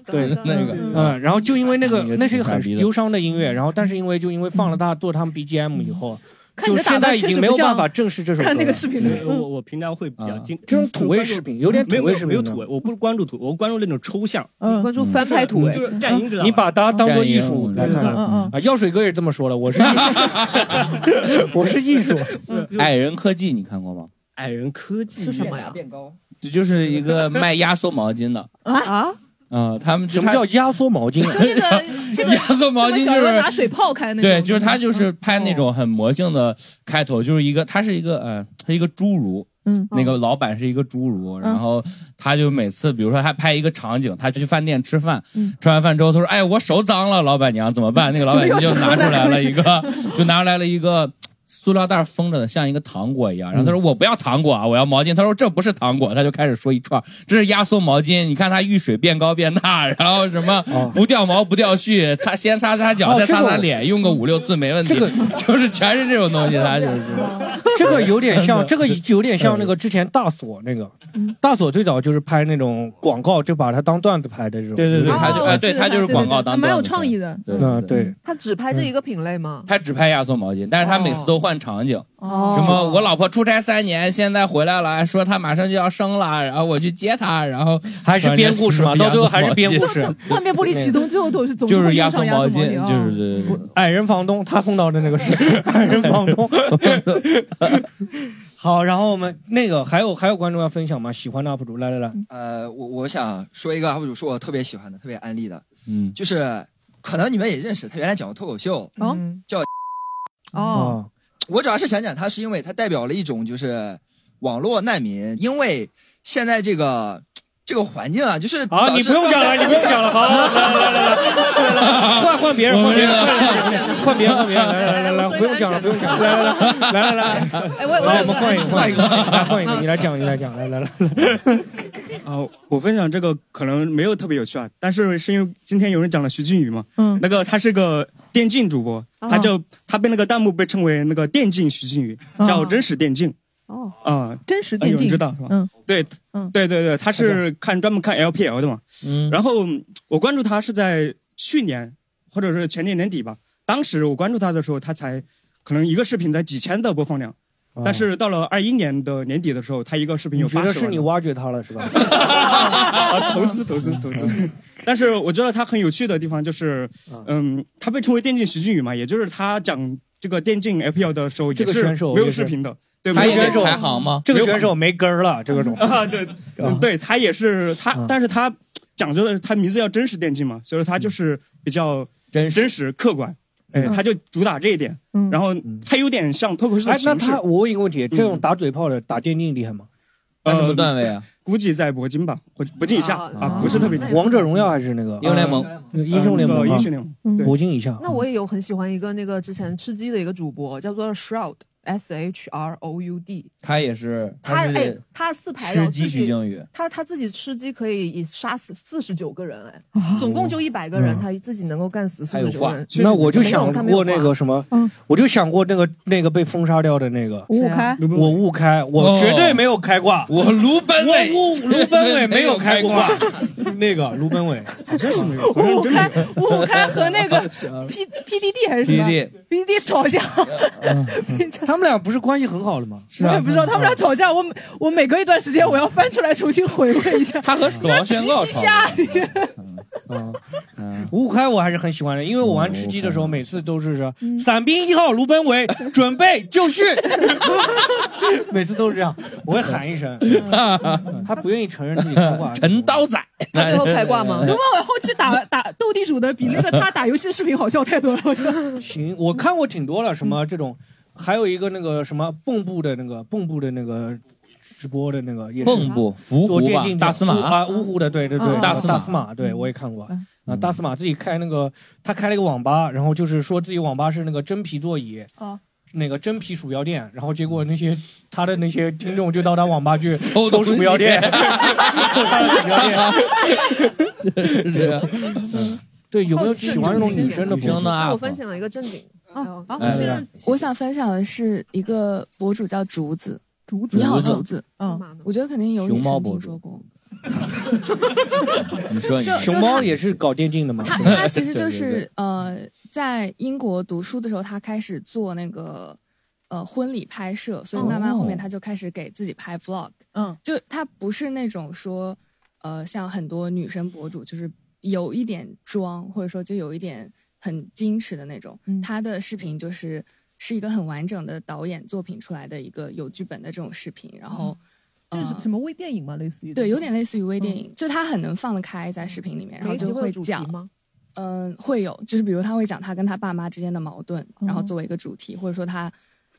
对那个嗯，然后就因为那个那个那是一个挺傻逼很的忧伤的音乐，然后但是因为就因为放了他做他们 BGM 以后，看你就的打现在扮已确经实没不有办像法正视这首歌看那个了，视频的人对，我我平常会比较啊经这种土味视频。频有点没土有味没有视没有频土的。味，我不关注土，我关注那种抽象，嗯，关注翻拍图，哎就是战鹰知道吧你把它当做艺术嗯来看嗯嗯啊！药水哥也这么说了，我是艺术， 我是艺术， 矮人科技你看过吗？矮人科技是什么呀？变高，嗯这就是一个卖压缩毛巾的，啊，嗯，他们什么叫压缩毛巾啊？就那个 这个压缩毛这么巾？小就的是拿水泡开那种，对，就是他就是拍那种很魔性的开头，就是一个他是一个呃，他一个侏儒。嗯那个老板是一个侏儒，然后他就每次，比如说他拍一个场景，他去饭店吃饭，嗯吃完饭之后，他说：“哎，我手脏了，老板娘怎么办？”那个老板娘就拿出来了一个， 就拿出来了一个塑料袋封着的，像一个糖果一嗯样。然后他说：“我不要糖果啊，我要毛巾。”他说：“这不是糖果。”他就开始说一串，这是压缩毛巾，你看它遇水变高变大，然后什么不掉毛不掉絮，擦先擦擦脚，哦再这个擦擦我脸，用个五六次没问题。这个 就是全是这种东西，他就是 这个有点像，这个有点像那个之前大锁那个，大锁最早就是拍那种广告，就把它当段子拍的这种。对对对哦他就我哎记对得他就是对对广告对当蛮有段子创意的，对嗯，对，他只拍这一个品类吗？他只拍压缩毛巾，但是他每次都换场景，哦什么我老婆出差三年，现在回来了，说她马上就要生了，然后我去接她，然后还是编故事嘛，到最后还是编故 事。万变不离其宗，最后都是总就会是用压上缩压毛缩巾，啊就是对对对矮人房东他碰到的那个是矮人房东。好，然后我们 那个还有还有观众要分享吗？喜欢的 UP 主，来来来，呃，我我想说一个 UP 主是我特别喜欢的，特别安利的，嗯，就是可能你们也认识，他原来讲过脱口秀，哦嗯叫哦，我主要是想讲他是因为他代表了一种就是网络难民，因为现在这个这个环境啊，就是啊，导你致不用讲了，你不用讲了，好，来来来来来，换换别人，换别人，换别人，换别人，来来来来，不用讲了，不用讲，来来来来来来。哎，我我来，有我们换一个个，换一个，来换一个，你来讲，你来讲，来来来，啊、我分享这个可能没有特别有趣啊，但是是因为今天有人讲了徐靖宇嘛，嗯那个他是个电竞主播，哦他叫他被那个弹幕被称为那个电竞徐靖宇，叫哦真实电竞哦，啊、真实呃电哎有人竞知，道是吧？嗯，对，嗯对对对，他是看专门看 LPL 的嘛，嗯然后嗯我关注他是在去年或者是前年年底吧，当时我关注他的时候，他才可能一个视频才几千的播放量，但是到了二一年的年底的时候，他一个视频有哦你觉八十得万是你挖掘他了是吧？ 啊，投资投资投 资。但是我觉得他很有趣的地方就是，嗯，他被称为电竞徐靖宇嘛，也就是他讲这个电竞 FPL 的时候这也个是选手没有也是视频的，对，这没个有选手排行吗这个选手没根儿了，这个种 啊啊，对，嗯对他也是他，但是他讲究的他名字叫真实电竞嘛，所以说他就是比较真真实客观，哎，嗯他就主打这一点，然后他有点像脱口秀哎的，那形式他，我问一个问题，嗯这种打嘴炮的打电竞厉害吗？那什么段位啊？ 估计在铂金吧，铂铂金以下啊，不是特别厉害。王者荣耀还是那个英雄联盟那个英雄联盟啊嗯吗，英雄联盟铂金以下。嗯那我也有很喜欢一个那个之前吃鸡的一个主播，叫做 Shroud S H R O U D，他也是，他是哎他四排吃的鸡自己徐靖宇，他他自己吃鸡可以杀死四十九个人，哦哎，总共就一百个人，嗯他自己能够干死四十九个人。那我就没有想他没有过那话个什么，嗯我就想过那个那个被封杀掉的那个吴开我误开，我绝对没有开挂，我卢本哦伟，我吴卢本伟 没有开过挂，那个卢本 伟好像是没有，好吴五开，吴五开和那个 P P D D 还是什么 PDD P D D 吵架，他们俩不是关系很好的吗？我也不知道他们俩吵架，我每我每隔一段时间我要翻出来重新回味一下。他和死亡宣告吵下架吴开我还是很喜欢的，因为我玩吃鸡的时候，每次都是说嗯伞兵一号卢本 伟准备就绪，每次都是这样，我会喊一声，嗯他不愿意承认自己开挂。陈刀仔，他最后开挂吗哎卢本伟后期打打斗地主的比那个他打游戏的视频好笑太多了，我觉 得。行，我看过挺多了，什么这种，还有一个那个什么蚌埠的那个蚌埠的那个直播的那个也是蚌埠芜湖做电吧竞的大司马芜啊，芜湖的，对对嗯对，嗯大大司马大司马，对我也看过。啊，大司马自己开那个，他开了一个网吧，然后就是说自己网吧是那个真皮座椅，啊，那个真皮鼠标垫，然后结果那些他的那些听众就到他网吧去偷东偷西鼠标 垫， 偷他的鼠标垫。啊嗯对，有没有喜欢那种女生啊的博主？那我分享了一个正经啊啊哎这个 我想分享的是一个博主叫竹子，竹你好竹子竹子，嗯，我觉得肯定有熊女猫生博听主说过。 你说你就熊猫也是搞电竞的吗？ 他他其实就是呃，在英国读书的时候，他开始做那个呃婚礼拍摄，所以慢慢后面哦他就开始给自己拍 vlog。嗯，就他不是那种说呃，像很多女生博主就是有一点装，或者说就有一点很矜持的那种。他的视频就是是一个很完整的导演作品出来的一个有剧本的这种视频，然后。呃这嗯是什么微电影吗？类似于对，有点类似于微电影，就他很能放得开在视频里面，然后嗯每一集就会有主题讲吗嗯，会有，就是比如他会讲他跟他爸妈之间的矛盾，然后哦作为一个主题，或者说他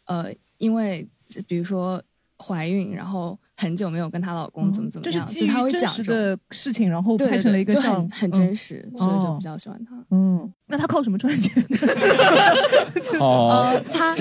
呃，因为比如说怀孕，然后很久没有跟她老公怎么怎么嗯这是样，嗯基就他于会真讲实这种的事情，然后对拍对成了对一个就像很很真实，所以就比较喜欢他。嗯，那他靠什么赚钱？呃，他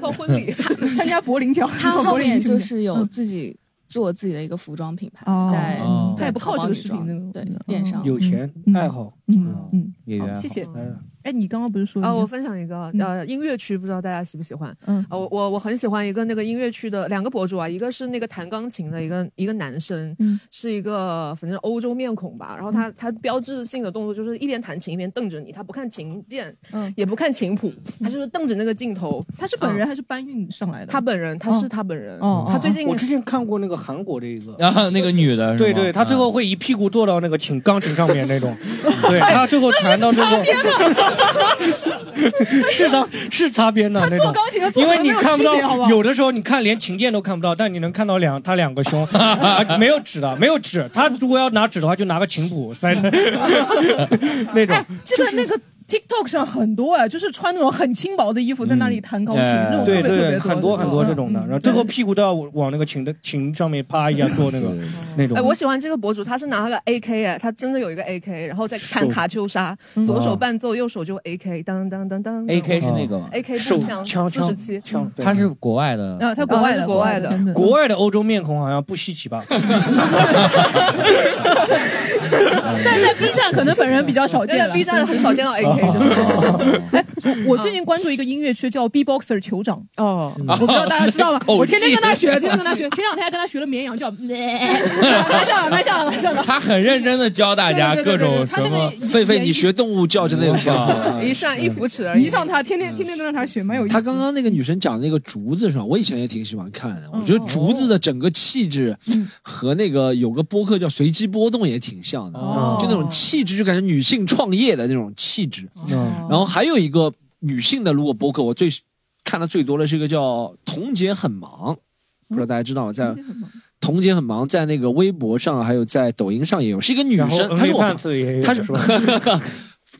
靠 婚礼参加柏林奖，他靠后柏林面什就么的是有自己做自己的一个服装品牌哦，在哦在再不靠淘宝这女个视频装那种对电商嗯有钱爱好，嗯嗯，演好谢谢。嗯哎，你刚刚不是说啊，你我分享一个呃音乐区，不知道大家喜不喜欢？嗯啊，我我我很喜欢一个那个音乐区的两个博主啊，一个是那个弹钢琴的一个一个男生，嗯是一个反正欧洲面孔吧，然后他他标志性的动作就是一边弹琴一边瞪着你，他不看琴键，嗯也不看琴谱，他就是瞪着那个镜头。他是本人还是是搬运上来的？哦他本人？他嗯是他本人。他最近我之前看过那个韩国的一 个， 然后那个女的是吗，对对，他最后会一 屁股坐到那个琴钢琴上面那种，对他最后弹到最后， 是的，是擦边的那做种钢琴和，做 因为弹你没有看不区别好不到，好有的时候你看连琴键都看不到，但你能看到两他两个 胸，啊没有纸的，没有纸，他如果要拿纸的话，就拿个琴谱塞着 那种。这个那个 TikTok 上很多啊，就是穿那种很轻薄的衣服在那里弹高对琴，那哎种特哎嗯对别特别对，多，很多很多这种的，然后最后屁股都要往那个琴的琴上面啪一下坐那个那种。哎，我喜欢这个博主，他是拿了个 AK 哎，他真的有一个 AK，然后再弹手卡秋莎，嗯左手哦伴奏，右手就 AK，当当当当。 AK 是那个吗？AK 手步枪枪四十七，枪，他是国外的，啊他国外的啊他是国外的国外的国外的欧洲面孔好像不稀 奇吧？但是在 B 站可能本人比较少见了对在 B 站很少见到 AK K，这是。哎，我我最近关注一个音乐剧叫 B-boxer 酋长哦，我不知道大家知 道吗？口技我天天跟他学，天天跟他学，前两天还跟他学了绵羊叫 咩，玩笑了，玩笑了，玩笑了。他很认真的教大家对各对对对种对什么狒狒，你学动物叫真的有效果。一扇一扶持而已，一上他天天天天跟着他学，蛮有意思 他的。刚刚那个女生讲那个竹子是吧？我以前也挺喜欢看的，我觉得竹子的整个气质和那个有个播客叫《随机波动》也挺像的，就那种气质，就感觉女性创业的那种气质。哦嗯然后还有一个女性的，如果播客我最看的最多的是一个叫“彤姐很忙”，不知道大家知道吗？在“彤姐很忙”在那个微博上，还有在抖音上也有，是一个女然后生，她是我 OnlyFans 也有她是 是吧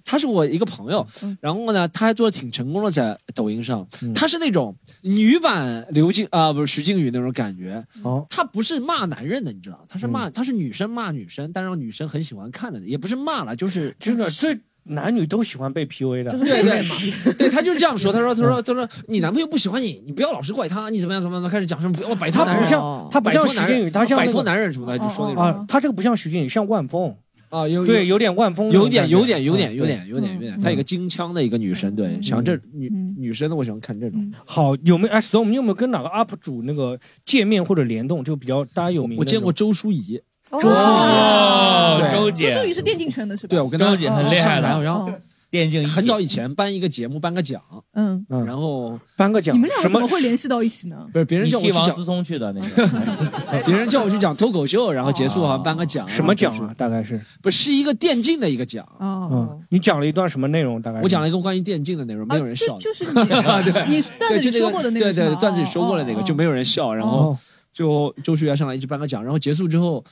她是我一个朋友，嗯然后呢，她还做的挺成功的，在抖音上，她是那种女版刘静啊、不是徐静宇那种感觉。哦，嗯她不是骂男人的，你知道，她是骂、她是女生骂女生，但让女生很喜欢看的，也不是骂了，就是就是这男女都喜欢被 PUA 的，对对对，他就是 这样说。他说他说他说你男朋友不喜欢你，你不要老是怪他，你怎么样怎么样，怎么样开始讲什么要摆脱他男不人，像他不摆像脱徐男人靖宇，他像摆那脱个男人什么的，就说那啊种，他这个不像徐靖宇，像万峰啊，有对，有点万峰那种有点感觉，嗯有点有点有对嗯点有点有点，她有一个金枪的一个女生，对，像这女女生的我喜欢看这种。好，有没有哎，Storm，你有没有跟哪个 UP 主那个界面或者联动，就比较大家有名？我见过周淑怡，周淑怡哦周姐周淑怡是电竞圈的是吧？对我跟她啊嗯周姐很厉害的上台然后哦电竞很早以前颁一个节目，颁个奖，嗯，然后颁个奖你们两个怎么会联系到一起呢？不是别人叫我你去替王讲思，聪去的那个， 哦别人叫我去讲脱口秀，然后结束好像颁个奖，什么然奖后就是啊？大概是嗯不是一个电竞的一个奖，哦，你讲了一段什么内容？大概是我讲了一个关于电竞的内容，没有人笑啊就就的。是你 对，你对段子就里说过的那个对是对吧，对段子里哦说过的那个哦就没有人笑，然后最后周淑怡上来一直颁个奖，然后结束之后。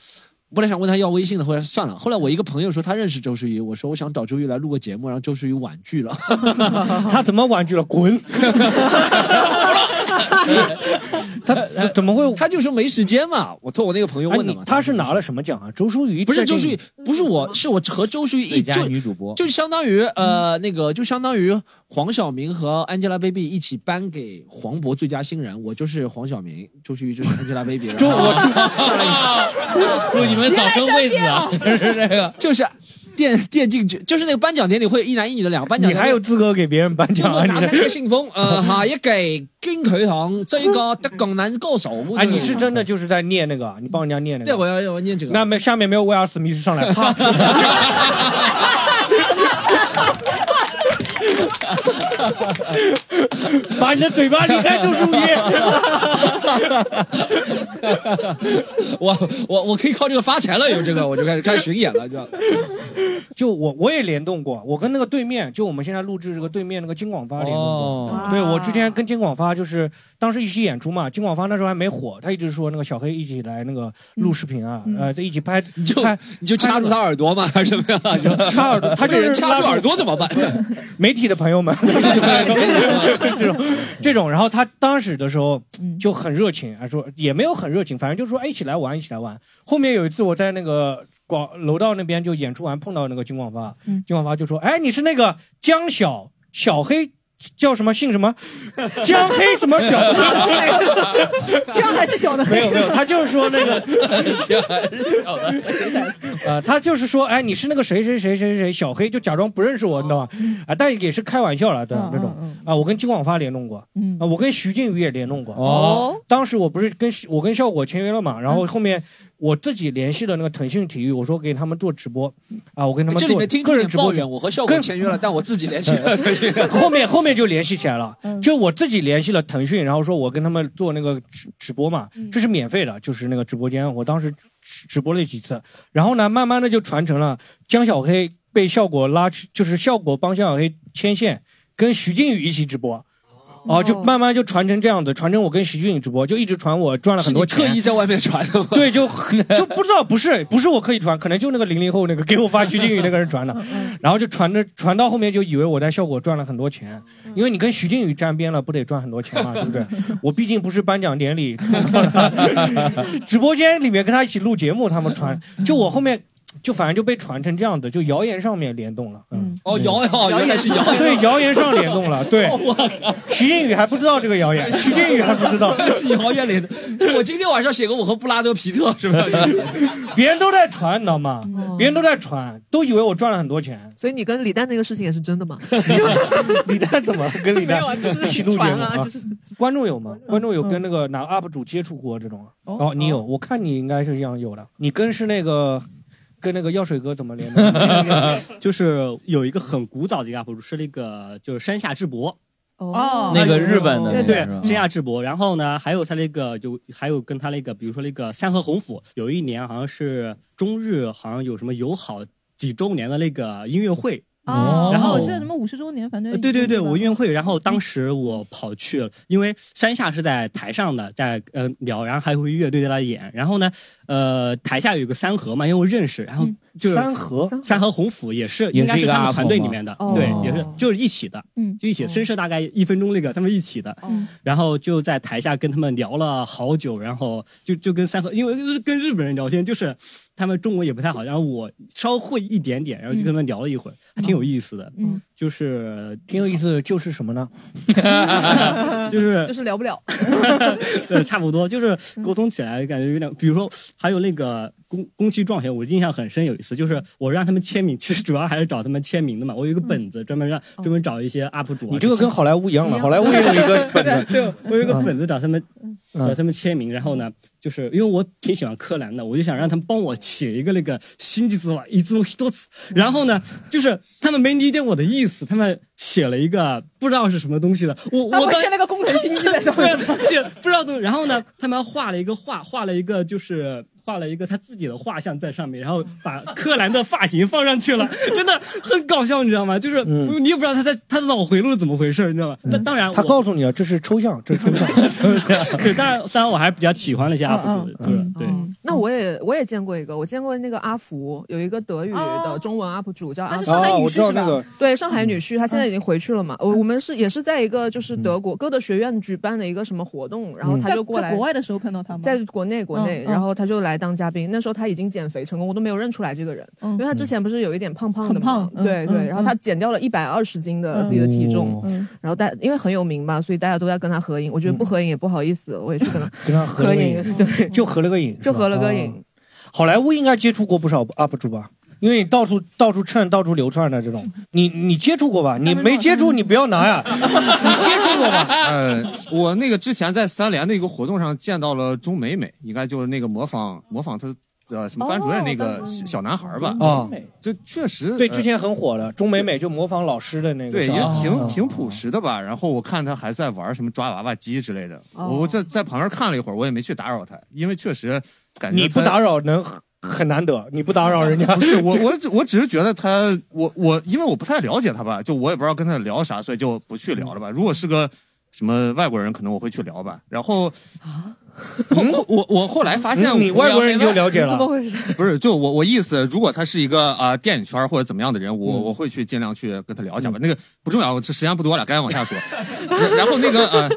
本来想问他要微信的，后来算了。后来我一个朋友说他认识周淑怡，我说我想找周淑怡来录个节目，然后周淑怡婉拒了。他怎么婉拒了？ 滚！他怎怎么会？他就说没时间嘛。我托我那个朋友哎问的你嘛。他是拿了什么奖啊？周淑怡不是在这周里淑怡，不是我，是我和周淑怡一最佳就女主播，就相当于呃那个就相当于黄晓明和 Angelababy 一起颁给黄渤最佳新人，我就是黄晓明，周淑怡就是 Angelababy 然后。周我上来一个祝你们早生贵子啊！就是这个，就是电电竞局，就是那个颁奖典礼会有一男一女的两个颁奖你典礼，还有资格给别人颁就奖啊？会拿你开那这个信封，呃，下一届金曲奖最佳得奖男歌手。哎，你是真的就是在念那个，你帮人家念那对，个。我要我念这个。那没下面没有威尔史密斯上来，啪！把你的嘴巴离开周淑怡。我我我可以靠这个发财了，有这个我就开始开始巡演了，就 就我我也联动过，我跟那个对面，就我们现在录制这个对面那个金广发联动过。哦对我之前跟金广发就是当时一起演出嘛，金广发那时候还没火，他一直说那个小黑一起来那个录视频啊，呃，一起拍，你就拍你就掐住他耳朵嘛，还是什么呀？就插耳朵，他就被是人掐拉住耳朵怎么办？ 媒体的朋友 们，这种这种，然后他当时的时候嗯就很热情，啊，说也没有很热情，反正就说哎一起来玩，一起来玩。后面有一次我在那个广楼道那边就演出完碰到那个金广发，嗯金广发就说哎你是那个江小小黑。叫什么姓什么？江黑什么小？ 姜还是小的，没有没有，他就是说那个呃，他就是说，哎，你是那个谁谁谁谁谁谁小黑，就假装不认识我，你知道吗？啊，但也是开玩笑了，对吧？这种啊，我跟金广发联动过，啊，我跟徐靖宇也联动过。哦，当时我不是跟徐我跟效果签约了嘛，然后后面我自己联系了那个腾讯体育，我说给他们做直播，啊，我跟他们这里做面听出个一人点直播抱间怨，我和效果签约了，但我自己联系 了。后面后面就联系起来了，就我自己联系了腾讯，然后说我跟他们做那个直直播嘛，这是免费的，就是那个直播间，我当时直直播了几次，然后呢，慢慢的就传承了江小黑被效果拉去，就是效果帮江小黑牵线，跟徐靖宇一起直播。哦，就慢慢就传成这样子，传成我跟徐靖宇直播，就一直传我赚了是很你多刻钱意。在外面传的吗？对，就很就不知道不是不是我刻意传，可能就那个零零后那个给我发徐靖宇那个人传嗯的，然后就传着传到后面就以为我在效果赚了很多钱，嗯因为你跟徐靖宇沾边了，不得赚很多钱嘛，对不 对？我毕竟不是颁奖 嗯典礼，是直播间里面跟他一起录节目，他们传，就我后面。就反正就被传成这样的，就谣言上面联动了。嗯，哦谣哦原来是谣 言对，谣言上联动 了。对，徐靖宇还不知道这个谣言，徐靖宇还不知道是谣言联动。就我今天晚上写个我和布拉德皮特是吧？ 别人都在传，你知道吗？嗯别人都在传，都以为我赚了很多 钱。所以你跟李诞那个事情也是真的吗？李诞怎么跟李没诞有啊就是一起录节传目啊就是观众有吗？观众有跟那个哪个 UP 主接触过这种啊？嗯哦哦，你有，我看你应该是这样有的。你跟是 那个跟那个药水哥怎么连的？就是有一个很古早的一个 UP 主，是那个就是山下智博。哦那个日本的那个对是吧山下智博，然后呢，还有他那个就还有跟他那个，比如说那个三河红府，有一年好像是中日好像有什么友好几周年的那个音乐会，啊，然后现在什么五十周年，反正哦呃对对对， 我音乐会，然后当时我跑去了，因为山下是在台上的，在呃聊，然后还有乐队在那演，然后呢，呃，台下有一个三河嘛，因为我认识，然后就是三河三河红府也是也是应该是一个他们 UP 团队里吗面的哦，对，也是就是一起的，嗯就一起，深社大概一分钟那个他们一起的，然后就在台下跟他们聊了好久，然后就就跟三河，因为就是跟日本人聊天，就是他们中文也不太好，然后我稍会一点点，然后就跟他们聊了一会儿，还挺有意思的，嗯，就是挺有意思，就是什 么呢？就是就是聊不了。对，差不多就是沟通起来感觉有点，比如说还有那个宫宫崎壮学，我印象很深。有一次就是我让他们签名，其实主要还是找他们签名的嘛。我有一个本子专门让专门找一些 UP 主啊。你这个去签。跟好莱坞一样了，好莱坞也有一个本 子对，我有一个本子找他们，找他们签名。然后呢，就是因为我挺喜欢柯南的，我就想让他们帮我写一个那个新地字瓦一字多次。然后呢，就是他们没理解我的意思，他们写了一个不知道是什么东西的。我他我们当签了个工程新机在上面。对写 不知道东西。然后呢，他们还画了一个画，画了一个就是。画了一个他自己的画像在上面，然后把柯南的发型放上 去了，真的很搞笑，你知道吗？就是、嗯你也不知道他在他的脑回路是怎么回事，你知道吗？但当然我，他告诉你啊了，这是抽象， 这是抽象。 对，当然，当然我还是比较喜欢那嗯些 UP 主，就是对。那我也我也见过一个，我见过那个阿福，有一个德语的中文 UP 主叫阿是福，上海女婿是吧哦我知道那个对，上海女婿，他现在已经回去了嘛。我我们是也是在一个就是德国歌德学院举办的一个什么活动，然后他在就过来。在国外的时候碰到他吗？在国内，国内，嗯嗯然后他就来当嘉宾。那时候他已经减肥成功，我都没有认出来这个人，因为他之前不是有一点胖胖的嘛嗯很胖，嗯对对。嗯然后他减掉了一百二十斤的自己的体重，嗯然后大因为很有名嘛，所以大家都在跟他合影。我觉得嗯不合影也不好意思，我也去 跟他跟他合了个影， 对，就合了个影，就是吧合了个影。哦好莱坞应该接触过不少 UP 主吧？因为你到处到处蹭、到处流窜的这种，你你接触过吧？你没接触，你不要 拿呀。你接触过吗？呃，我那个之前在三联的一个活动上见到了钟美美，应该就是那个模仿模仿她呃什么班主任那个小小男孩儿吧？ 哦，哎就确实对，呃之前很火的钟美美就模仿老师的那个对，小也孩，挺嗯挺朴实的吧。然后我看他还在玩什么抓娃娃机之类的，哦我在在旁边看了一会儿，我也没去打扰他，因为确实感觉你不他打扰能很很难得，你不打扰人家不是我，我只我只是觉得他，我我因为我不太了解他吧，就我也不知道跟他聊啥，所以就不去聊了吧。如果是个什么外国人，可能我会去聊吧。然后后后我我后来发现嗯你外国人就了解了怎么回事？ 不是，就我我意思，如果他是一个啊、呃电影圈或者怎么样的人，我、嗯我会去尽量去跟他聊一下吧。那个不重要，我这时间不多了，该往下说。 然后那个呃。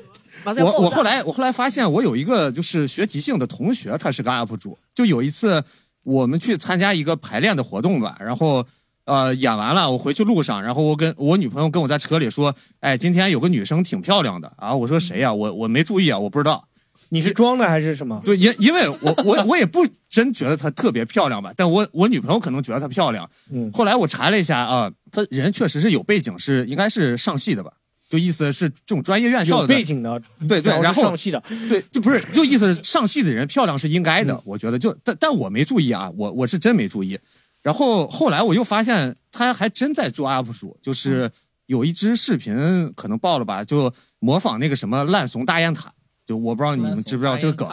马上要我爆炸我后来我后来发现，我有一个就是学即兴的同学，他是个 UP 主。就有一次我们去参加一个排练的活动吧，然后呃演完了，我回去路上，然后我跟我女朋友跟我在车里说，哎，今天有个女生挺漂亮的啊，我说谁呀、我我没注意啊，我不知道。你是装的还是什么？对，因因为我我我也不真觉得她特别漂亮吧，但我我女朋友可能觉得她漂亮。嗯后来我查了一下啊，她人确实是有背景，是应该是上戏的吧，就意思是这种专业院有校的背景的，对对，然是后上戏的，嗯对，就不是就意思是上戏的人漂亮是应该的，我觉得就但但我没注意啊，我我是真没注意。然后后来我又发现他还真在做 UP 主，嗯就是有一支视频可能爆了吧，就模仿那个什么烂怂大雁塔，就我不知道你们知不知道这个梗，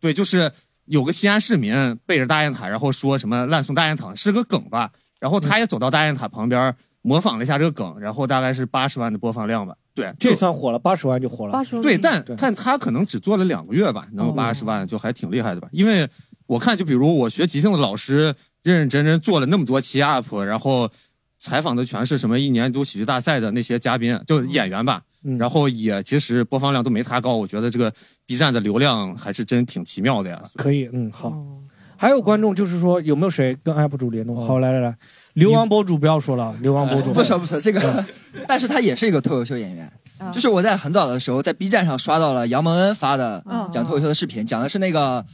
对，就是有个西安市民背着大雁塔，然后说什么烂怂大雁塔是个梗吧，然后他也走到大雁塔旁边模仿了一下这个梗，然后大概是八十万的播放量吧，对，这算火了，八十万就火了。 80万对，但但他可能只做了两个月吧，能有八十万就还挺厉害的吧？因为我看，就比如我学即兴的老师认认真真做了那么多期 UP，然后采访的全是什么一年一度喜剧大赛的那些嘉宾，就是演员吧。然后也其实播放量都没他高，我觉得这个 B 站的流量还是真挺奇妙的呀。哦可以，嗯，好。还有观众就是说有没有谁跟 UP 主联动？好，来来来，流亡博主不要说了，流亡博主 不是不是这个， 但是他也是一个脱口秀演员。嗯就是我在很早的时候在 B 站上刷到了杨蒙恩发的嗯讲脱口秀的视频，讲的是那个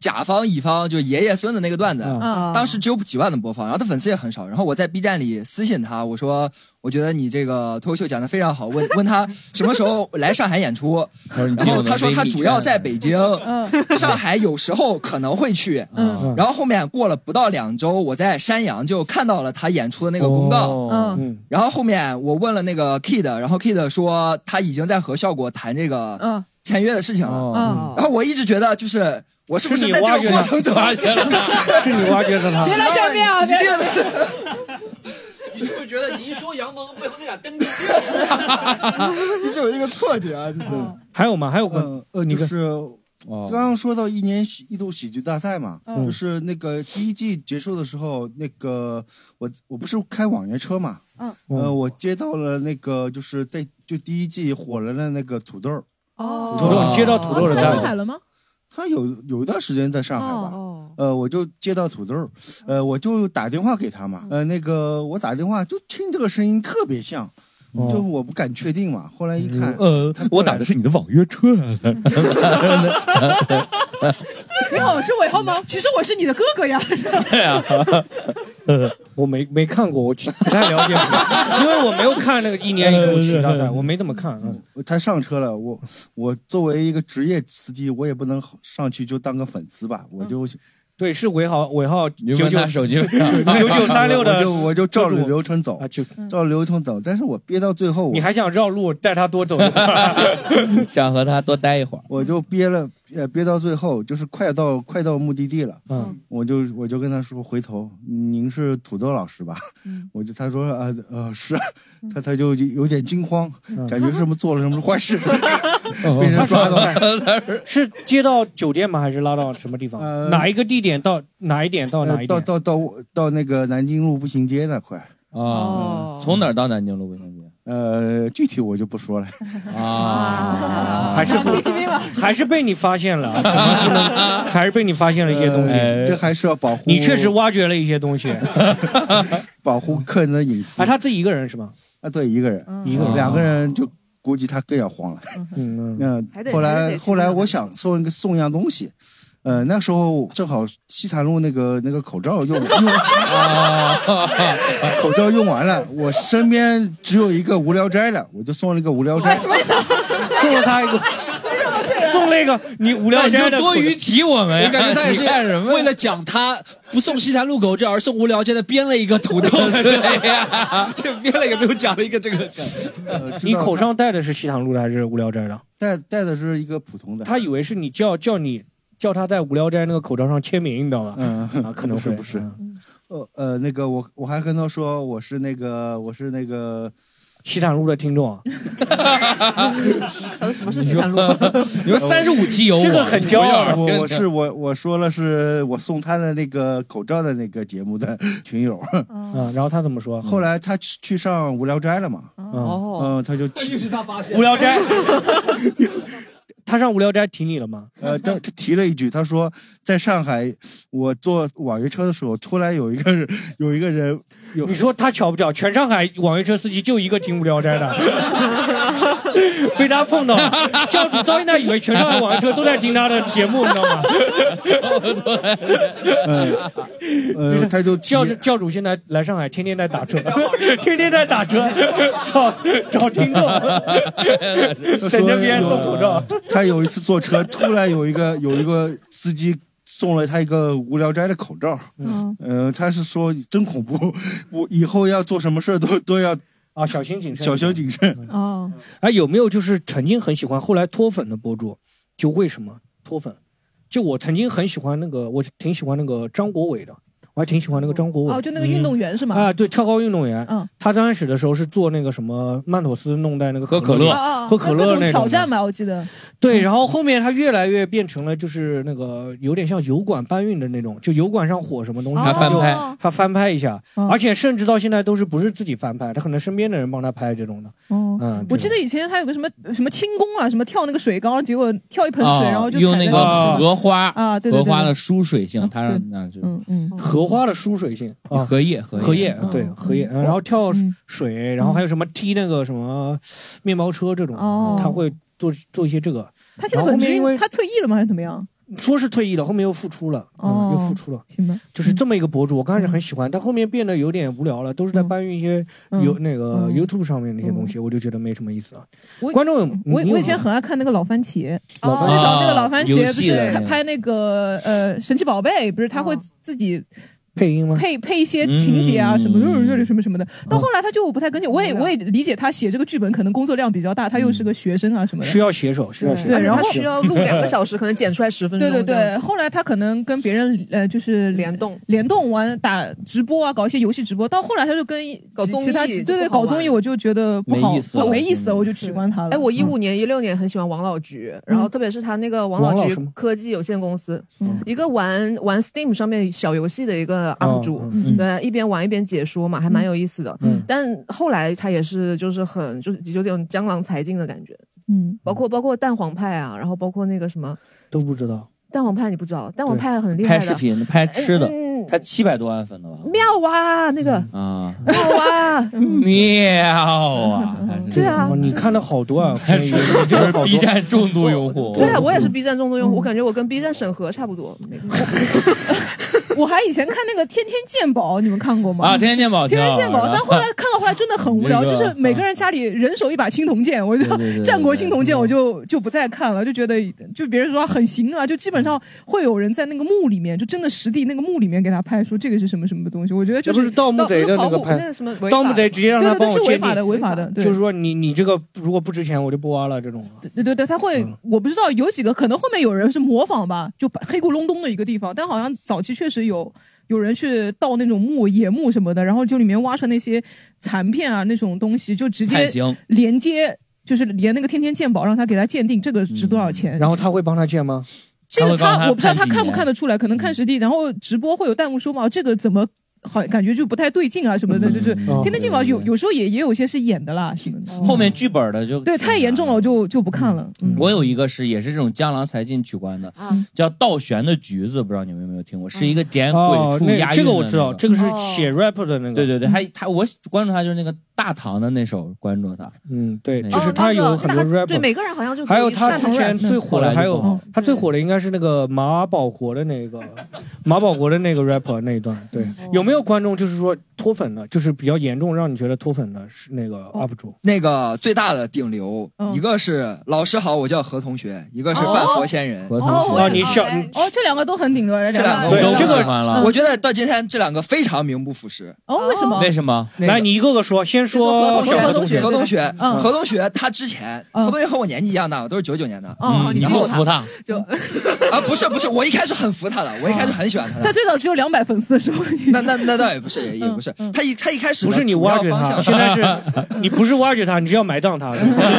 甲方乙方就是爷爷孙子那个段子嗯，当时只有几万的播放，然后他粉丝也很少。然后我在 B 站里私信他，我说我觉得你这个脱口秀讲的非常好，问问他什么时候来上海演出，然后他说他主要在北京，上海有时候可能会去。嗯然后后面过了不到两周，我在山阳就看到了他演出的那个公告，哦嗯然后后面我问了那个 Kid，然后 Kid 说他已经在和效果谈这嗯个签约的事情了。嗯哦然后我一直觉得就是我是不在这个过程是中你挖掘了 他是你挖掘的他 起来别来一定这的。 你是不是觉得你一说杨蒙背后那俩灯？一直有一个错觉啊，就是还有吗？还有观呃，你就跟是刚刚说到一年喜一度喜剧大赛嘛，嗯就是那个第一季结束的时候，那个我我不是开网约车嘛，嗯呃，我接到了那个就是在就第一季火了的那个土豆儿，哦土豆你接到土豆的单上子海了吗？他有有一段时间在上海吧，哦呃，我就接到土豆儿，呃，我就打电话给他嘛，嗯呃，那个我打电话就听这个声音特别像，哦就我不敢确定嘛，后来一看，呃，我打的是你的网约车。 你好，是尾号吗？其实我是你的哥哥呀。对啊， 我没没看过，我不太了 解，因为我没有看那个一年一度喜剧大赛，我没怎么看。嗯，他上车了，我我作为一个职业司机，我也不能上去就当个粉丝吧，嗯我就对，是尾号尾号有没九有九拿手机 啊九九三六的 我就我就照着博主流程走，照着流程走，但是我憋到最后，我你还想绕路带他 多走一会儿？想和他多待一会儿， 我就憋了，呃，憋到最后，就是快到快到目的地了，嗯，我就我就跟他说，回头您是土豆老师吧？ 我就他说啊呃是，他他就有点惊慌，嗯感觉是不是做了什么坏事，哦 被人抓到了。 是接到酒店吗？还是拉到什么地方？哪一个地点到哪一点到哪呃一到点？到到到那个南京路步行街那块哦，从哪儿到南京路步行街？呃，具体我就不说了。啊，还是不 还是被你发现了，什么不能？还是被你发现了一些东西呃。这还是要保护你确实挖掘了一些东西。保护客人的隐私。啊，他自己一个人是吗？啊，对，一个人，嗯一个人两个人就估计他更要慌了。嗯嗯还得后还来得后来我想送一个送一样东西，呃，那时候正好西坛路那个那个口 罩用用 口罩用完了，我身边只有一个无聊斋了，我就送了一个无聊斋。什么意思？送了他一个。送了一个你无聊斋的口罩我感觉他也是为了讲他不送西坛路口这而送无聊，现在编了一个土豆，对呀，这编了一个最后讲了一个这个梗。 你口上戴的是西塘路的还是无聊斋的？戴戴的是一个普通的。他以为是你叫叫你叫他在无聊斋那个口罩上签名，你知道吧？嗯啊，可能 不是会不是。呃呃，那个我我还跟他说我是那个我是那个西坦路的听众啊，呃 他说什么是西坦路？ 你们35期 有我这个很骄傲啊我真的我是我我说了是我送他的那个口罩的那个节目的 群友。嗯，然后他怎么说？后来他去去上无聊斋了嘛？哦嗯，他就提又是他发现无聊斋，他上无聊斋提你了吗？呃，他他提了一句，他说在上海我坐网约车的时候，突然有一个人有一个人有 你说他巧不巧？全上海网约车司机就一个听无聊斋的， 被他碰到了。教主到现在以为全上海网约车都在听他的节目，你知道 吗？呃就是他就教主教主现在来上海，天天在打车， 天天在打 车，找找听众， 在那边送口罩。他有一次坐车，突然有一个 有一个司机送了他一个无聊斋的口罩，嗯嗯、他是说真恐怖， 我以后要做什么事儿都 都要啊小心谨慎小心谨慎。哦，哎，有没有就是曾经很喜欢，后来脱粉的博主？就为什么脱粉？就我曾经很喜欢那个，我挺喜欢那个张国伟的，我还挺喜欢那个张国伟。哦，就那个运动员是吗？啊，对，跳高运动员。嗯，他刚开始的时候是做那个什么曼妥思弄在那个里哦哦喝可那乐各种那挑种的。战吧，我记得。对，然后后面他越来越变成了就是那个有点像油管搬运的那种，就油管上火什么哦东西，他翻就拍，他翻拍一下，嗯而且甚至到现在都是不是自己翻拍，他可能身边的人帮他拍这种的。哦，嗯，我记得以前他有个什么什么轻功啊，什么跳那个水缸，结果跳一盆水，哦啊然后就用踩那在个上面荷花啊，对对荷对，花对的疏水性，它让那就嗯嗯，荷花的疏水性啊，荷叶荷叶叶嗯对荷叶，然后跳嗯水，然后还有什么踢那个什么面包车这种哦，他会做做一些这个。他现在然后后很面因为他退役了吗？还是怎么样？说是退役了，后面又复出了，嗯，哦嗯又复出了，行吧，就是这么一个博主，我刚开始很喜欢，但后面变得有点无聊了，都是在搬运一些嗯有那个嗯 YouTube 上面那些东西，我就觉得没什么意思了。啊我观众有，我你有我以前很爱看那个老番茄，老番茄最早那个老番茄啊游不戏哎是的看那个拍那个呃神奇宝贝，不是他会自己哦配音吗？哦配配一些情节啊嗯什么就是这里什么什么的。到后来他就不太跟进，我也我也理解他写这个剧本可能工作量比较大，他又是个学生啊什么的。嗯需要写手，需要写手，对，然后是时，可能剪出来十分钟对对这对，样后来他可能跟别人呃，就是联动联动完打直播啊，搞一些游戏直播。到后来他就跟搞其综艺其他对对就不好搞玩综艺，我就觉得不好，没意思了我没意思，我就取关他了。嗯哎，我一五年、一六年很喜欢王老菊，然后特别是他那个王王老老菊什么科技有限公司，嗯一个玩玩 Steam 上面小游戏的一个 UP 主哦嗯，对，一边玩一边解说嘛，还蛮有意思的嗯。但后来他也是就是很就是有点江郎才尽的感觉，嗯，包括包括蛋黄派啊，然后包括那个什么都不知道。蛋黄派你不知道，蛋黄派很厉害拍的，视频、拍吃哎的嗯，他七百多万粉的吧？妙啊，那个嗯啊，妙啊， 妙啊！对啊，你看的好多 啊，你就是 B 站重度用户。对啊，我也是 B 站中的用户，我感觉我跟 B 站审核差不多。 我还以前看那个《天天鉴宝》，你们看过吗？啊天天鉴宝天天鉴挺好宝玩》，的但后来看到后来真的很无聊，这就个是每个人家里人手一把青铜剑，我就对对对对战国青铜剑，我就就不再看了，就觉得就别人说很行啊，就基本上会有人在那个墓里面，就真的实地那个墓里面给他拍说这个是什么什么东西，我觉得就这不是盗墓贼的那个拍那什么，盗墓贼直接让他帮我对对对鉴是违定法的，违法的，对就是说你你这个如果不值钱，我就不挖了这种。对对对，他会，我不知道有几个可能后面有人是模仿吧，就把黑咕隆咚的一个地方，但好像早期确实有有人去盗那种墓、野墓什么的，然后就里面挖出来那些残片啊那种东西，就直接太行连接，就是连那个天天鉴宝，让他给他鉴定这个值多少钱。然后他会帮他鉴吗？这个他我不知道他看不看得得出来，可能看实地，然后直播会有弹幕说嘛，这个怎么？好，感觉就不太对劲啊什么的，就是嗯天天鉴宝有有时候也也有些是演的啦什么的。后面剧本的就对，太严重了，我就就不看了。嗯我有一个是也是这种江郎才尽取关的，啊叫道玄的橘子，不知道你们有没有听过？是一嗯个捡鬼哦，畜那押韵这的个我知道，那这个是哦哦写 rap 的那个。对对对，他他我关注他就是那个大唐的那首关注他，嗯对，那个就是他有很多 rap。对每个人好像就还有他之前最火的，还后来就不有好他最火的应该是那个马保国的那个马保国的那个 rapper 那一段。对，哦有没有观众就是说脱粉的，就是比较严重让你觉得脱粉的是那哦个 UP 主？ 那个最大的顶流，嗯一个是老师好，我叫何同学，一个是万佛仙人。何哦，我也你好小哎哦，这两个都很顶着，这两个对我这个喜欢了嗯我觉得到今天这两个非常名不副实。哦，为什么？什么？来，你一个个说，先何说同学，小学，何同学，嗯何同学，他之前，何同学和我年纪一样大，我都是九九年的。嗯哦嗯你然不后服他就啊，不是不是，我一开始很服他的，我一开始很喜欢他在的。最早只有两百粉丝的时候，那那那倒也不是，也也不是，嗯他一他一开始不的是你主要挖掘方他，向现在 是你不是挖掘他，你是要埋葬他。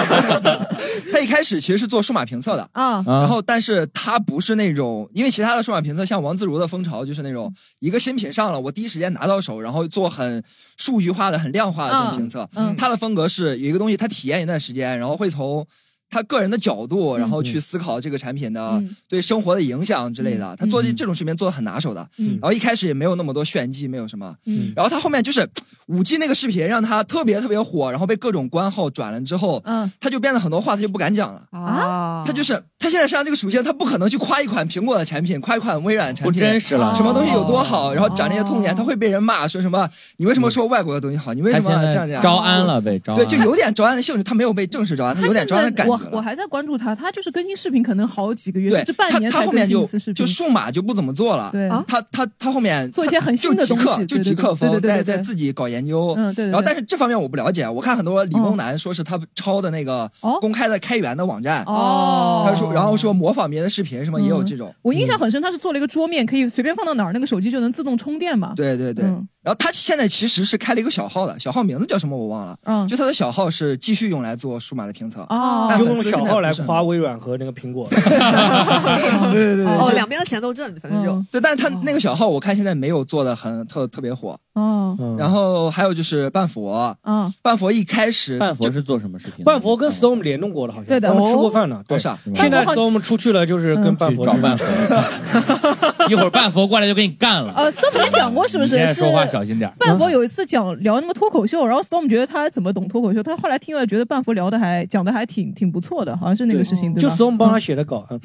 他一开始其实是做数码评测的啊然后但是他不是那种，因为其他的数码评测像王自如的风潮就是那种一个新品上了，我第一时间拿到手，然后做很数据化的、很量化的这种评测。嗯嗯他的风格是有一个东西，他体验一段时间，然后会从。他个人的角嗯度，然后去思考这个产品的对生活的影响之类的，他做这这种视频做的很拿手的。嗯然后一开始也没有那么多炫技，没有什么。嗯然后他后面就是五 G 那个视频让他特别特别火，然后被各种官号转了之后，嗯，他就变得很多话他就不敢讲了啊，他就是他现在身上这个属性，他不可能去夸一款苹果的产品，夸一款微软的产品不真实了什么东西有多好，然后讲这些痛点，他会被人骂说什么你为什么说外国的东西好，你为什么他现在这样这样招安了被招安对，就有点招安的性质，他没有被正式招安，他有点招安的感觉。我子了。我还在关注他，他就是更新视频可能好几个月，对，甚至半年他他才后更面新就一次视频。就数码就不怎么做了，对啊他他他后面做一些很新的东西他就对对极客就极对客对对风，对在对对在自己搞研究，嗯对对对嗯然后但是这方面我不了解，我看很多理工男说是他抄的那个公开的开源的网站，哦他说然后说模仿别人的视频什么也有嗯这种，我印象很深，他是做了一个桌面，可以随便放到哪儿，那个手机就能自动充电嘛。对对对，嗯然后他现在其实是开了一个小号的，小号名字叫什么我忘了，嗯就他的小号是继续用来做数码的评测，哦但就粉用丝小现在号来不是很夸微软和那个苹 果。对对对，哦，就两边的钱都挣，反正就对，但是他那个小号我看现在没有做的很特特别火。哦，嗯嗯然后还有就是半佛，嗯，半佛一开始半佛就是做什么视频？半佛跟 Storm 联动过了，好像对的他们吃过饭呢。对，是啊现在 Storm 出去了，就是嗯跟半佛去找半佛。 一会儿半佛过来就给你干了。呃，Storm 跟你讲 过是不是你现在是说话小心点儿。半佛有一次讲聊那么脱口秀，然后 Storm 觉得他怎么懂脱口秀，他后来听了觉得半佛聊的还讲的还挺挺不错的，好像是那个事情，对就吧 Storm 帮他写的稿。嗯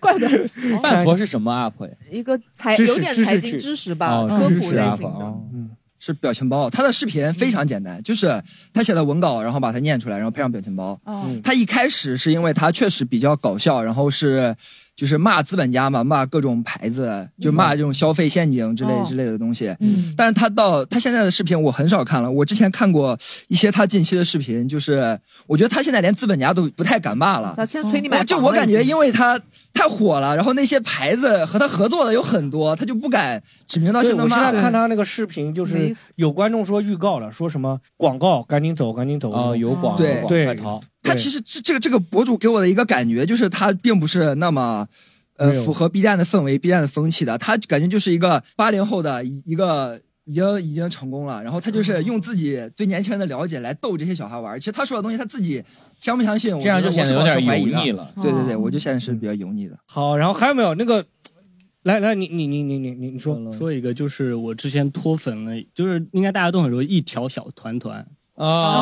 怪不得半佛是什么 app 呀？哦哎一个财知识有点财知识经区知识吧，哦科知普识啊类 app 型的。哦嗯嗯是表情包，他的视频非常简单，就是他写的文稿，然后把它念出来，然后配上表情包。哦嗯他一开始是因为他确实比较搞笑，然后是就是骂资本家嘛，骂各种牌子，嗯就骂这种消费陷阱之类哦之类的东西。但是他到他现在的视频我很少看了，我之前看过一些他近期的视频，就是我觉得他现在连资本家都不太敢骂了。他啊现在催你买我就房我了已感觉，经因为他太火了，然后那些牌子和他合作的有很多，他就不敢指名道对，姓的我现骂在了。看他那个视频，就没意是思有观众说预告了，说什么广告赶紧走，赶紧走哦有广嗯对对快逃他其实这这个这个博主给我的一个感觉就是他并不是那么。呃没，有符合 B 站的氛围、B 站的风气的，他感觉就是一个八零后的一一个已经已经成功了，然后嗯他就是用自己对年轻人的了解来逗这些小孩玩儿。其实他说的东西他自己相不相信，我这样觉得就显得我有是保持点怀疑油腻的了对对对，哦我就现在是比较油腻的。好，然后还有没有那个？来来，你你你你你你你说嗯说一个，就是我之前脱粉了，就是应该大家都很熟，一条小团团。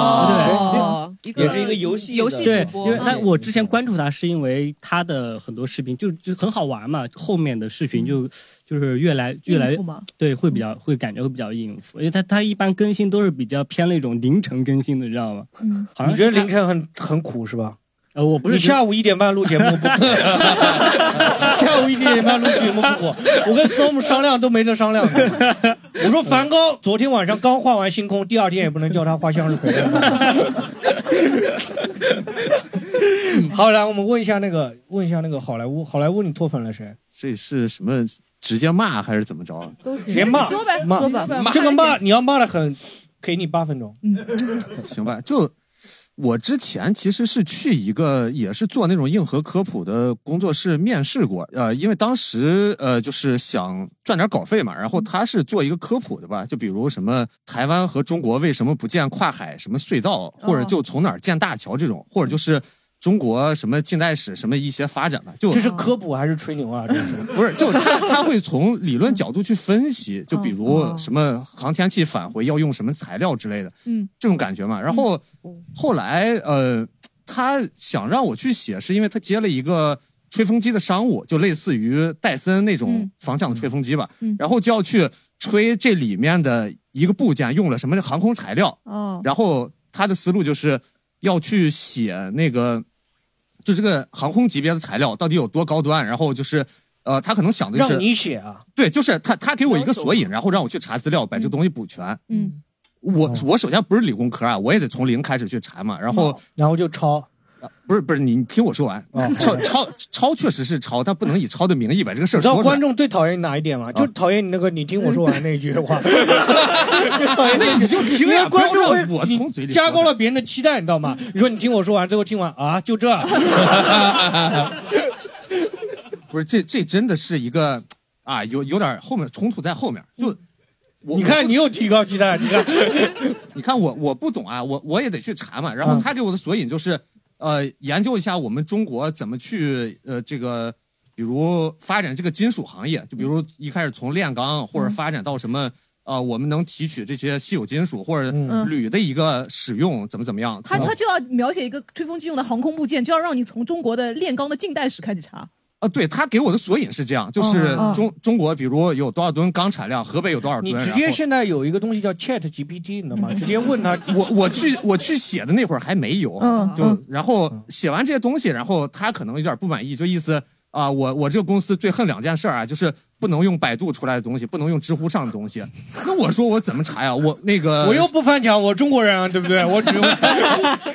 哦对，一个也是啊一个游戏游戏对主，播因为他嗯我之前关注他是因为他的很多视频就就很好玩嘛，后面的视频嗯就就是越来越来应付吗对会比较会感觉会比较应付，因为他他一般更新都是比较偏那种凌晨更新的，你知道吗？嗯好像你觉得凌晨很很苦是吧？呃，我不是你下午一点半录节目 不苦， 下午一点半录节目不苦。我跟 Storm 商量都没得商量。我说梵高昨天晚上刚画完星空，第二天也不能叫他画向日葵。好，来我们问一下那个，问一下那个好莱坞，好莱坞你脱粉了谁？这是什么？直接骂还是怎么着？都直接骂，说呗骂说吧这个骂你要骂的很，给你八分钟。 行吧，就我之前其实是去一个也是做那种硬核科普的工作室面试过，呃，因为当时呃就是想赚点稿费嘛，嗯然后他是做一个科普的吧，就比如什么台湾和中国为什么不建跨海什么隧道，哦或者就从哪儿建大桥这种，或者就是中国什么近代史什么一些发展吧，就这是哦科普还是吹牛啊？这 是不是，就他他会从理论角度去分析，就嗯比哦如什么航天器返回要用什么材料之类的，嗯，这种感觉嘛。然后后来呃，他想让我去写，是因为他接了一个吹风机的商务，就类似于戴森那种方向的吹风机吧，嗯然后就要去吹这里面的一个部件用了什么航空材料，哦然后他的思路就是要去写那个，就这个航空级别的材料到底有多高端，然后就是。呃，他可能想的是让你写啊，对，就是他他给我一个索引，然后让我去查资料，把这个东西补全。嗯，我我首先不是理工科啊，我也得从零开始去查嘛，然后然后就抄。不是不是，你你听我说完哦，抄抄抄确实是抄，但不能以抄的名义把这个事你儿知道说出观来。众最讨厌哪一点吗？就讨厌你那个你听我说完那一句 话。那你就听因呀为观众会不要让我从嘴里加高了别人的嗯期待，你知道吗？你说你听我说完，最后听完啊，就 这。不是这这真的是一个啊，有有点后面冲突在后面。就我嗯你看你又提高期待，你看 你看我我不懂啊，我我也得去查嘛。嗯然后他给我的索引就是，呃，研究一下我们中国怎么去呃这个，比如发展这个金属行业，就比如一开始从炼钢嗯或者发展到什么。啊、我们能提取这些稀有金属或者嗯铝的一个使用，怎么怎么嗯样？他从他就要描写一个吹风机用的航空部件，就要让你从中国的炼钢的近代史开始查。啊，对他给我的索引是这样，就是哦哦中中国比如有多少吨钢产量，河北有多少吨，你直然接后现在有一个东西叫 Chat GPT，你知道吗？直接问他，我我去我去写的那会儿还没有，嗯就嗯然后写完这些东西，然后他可能有点不满意，就意思啊，我我这个公司最恨两件事儿啊，就是不能用百度出来的东西，不能用知乎上的东西。那我说我怎么查呀？我那个 我又不翻墙，我中国人啊，对不对？ 我只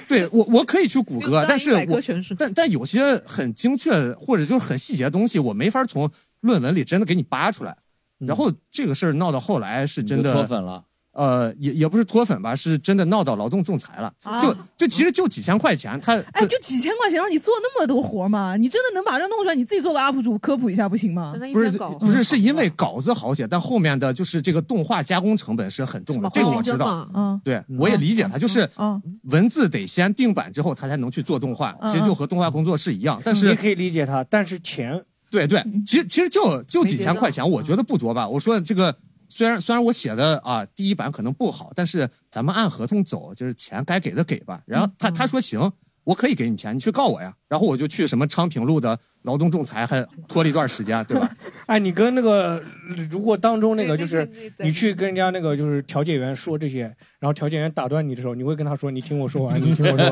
对我我可以去谷 歌，但是百科我但但有些很精确或者就是很细节的东西，我没法从论文里真的给你扒出来。然后这个事儿闹到后来是真的 嗯你就脱粉了。呃，也也不是脱粉吧，是真的闹到劳动仲裁了。啊就就其实就几千块钱，他哎，就几千块钱让你做那么多活吗？你真的能把这弄出来？你自己做个 UP 主科普一下不行吗？嗯不是不是是因为稿子好写，但后面的就是这个动画加工成本是很重的，这个我知道。嗯，对，我也理解他，就是嗯文字得先定版之后，他才能去做动画，嗯其实就和动画工作室一样。但是你可以理解他，但是钱对对，其实其实就就没几结千账块钱，我觉得不多吧。嗯我说这个虽然虽然我写的啊第一版可能不好，但是咱们按合同走，就是钱该给的给吧。然后他、他说行，我可以给你钱，你去告我呀。然后我就去什么昌平路的劳动仲裁，还拖了一段时间，对吧？哎，你跟那个如果当中那个就是你去跟人家那个就是调解员说这些，然后调解员打断你的时候，你会跟他说：“你听我说完，你听我说完。”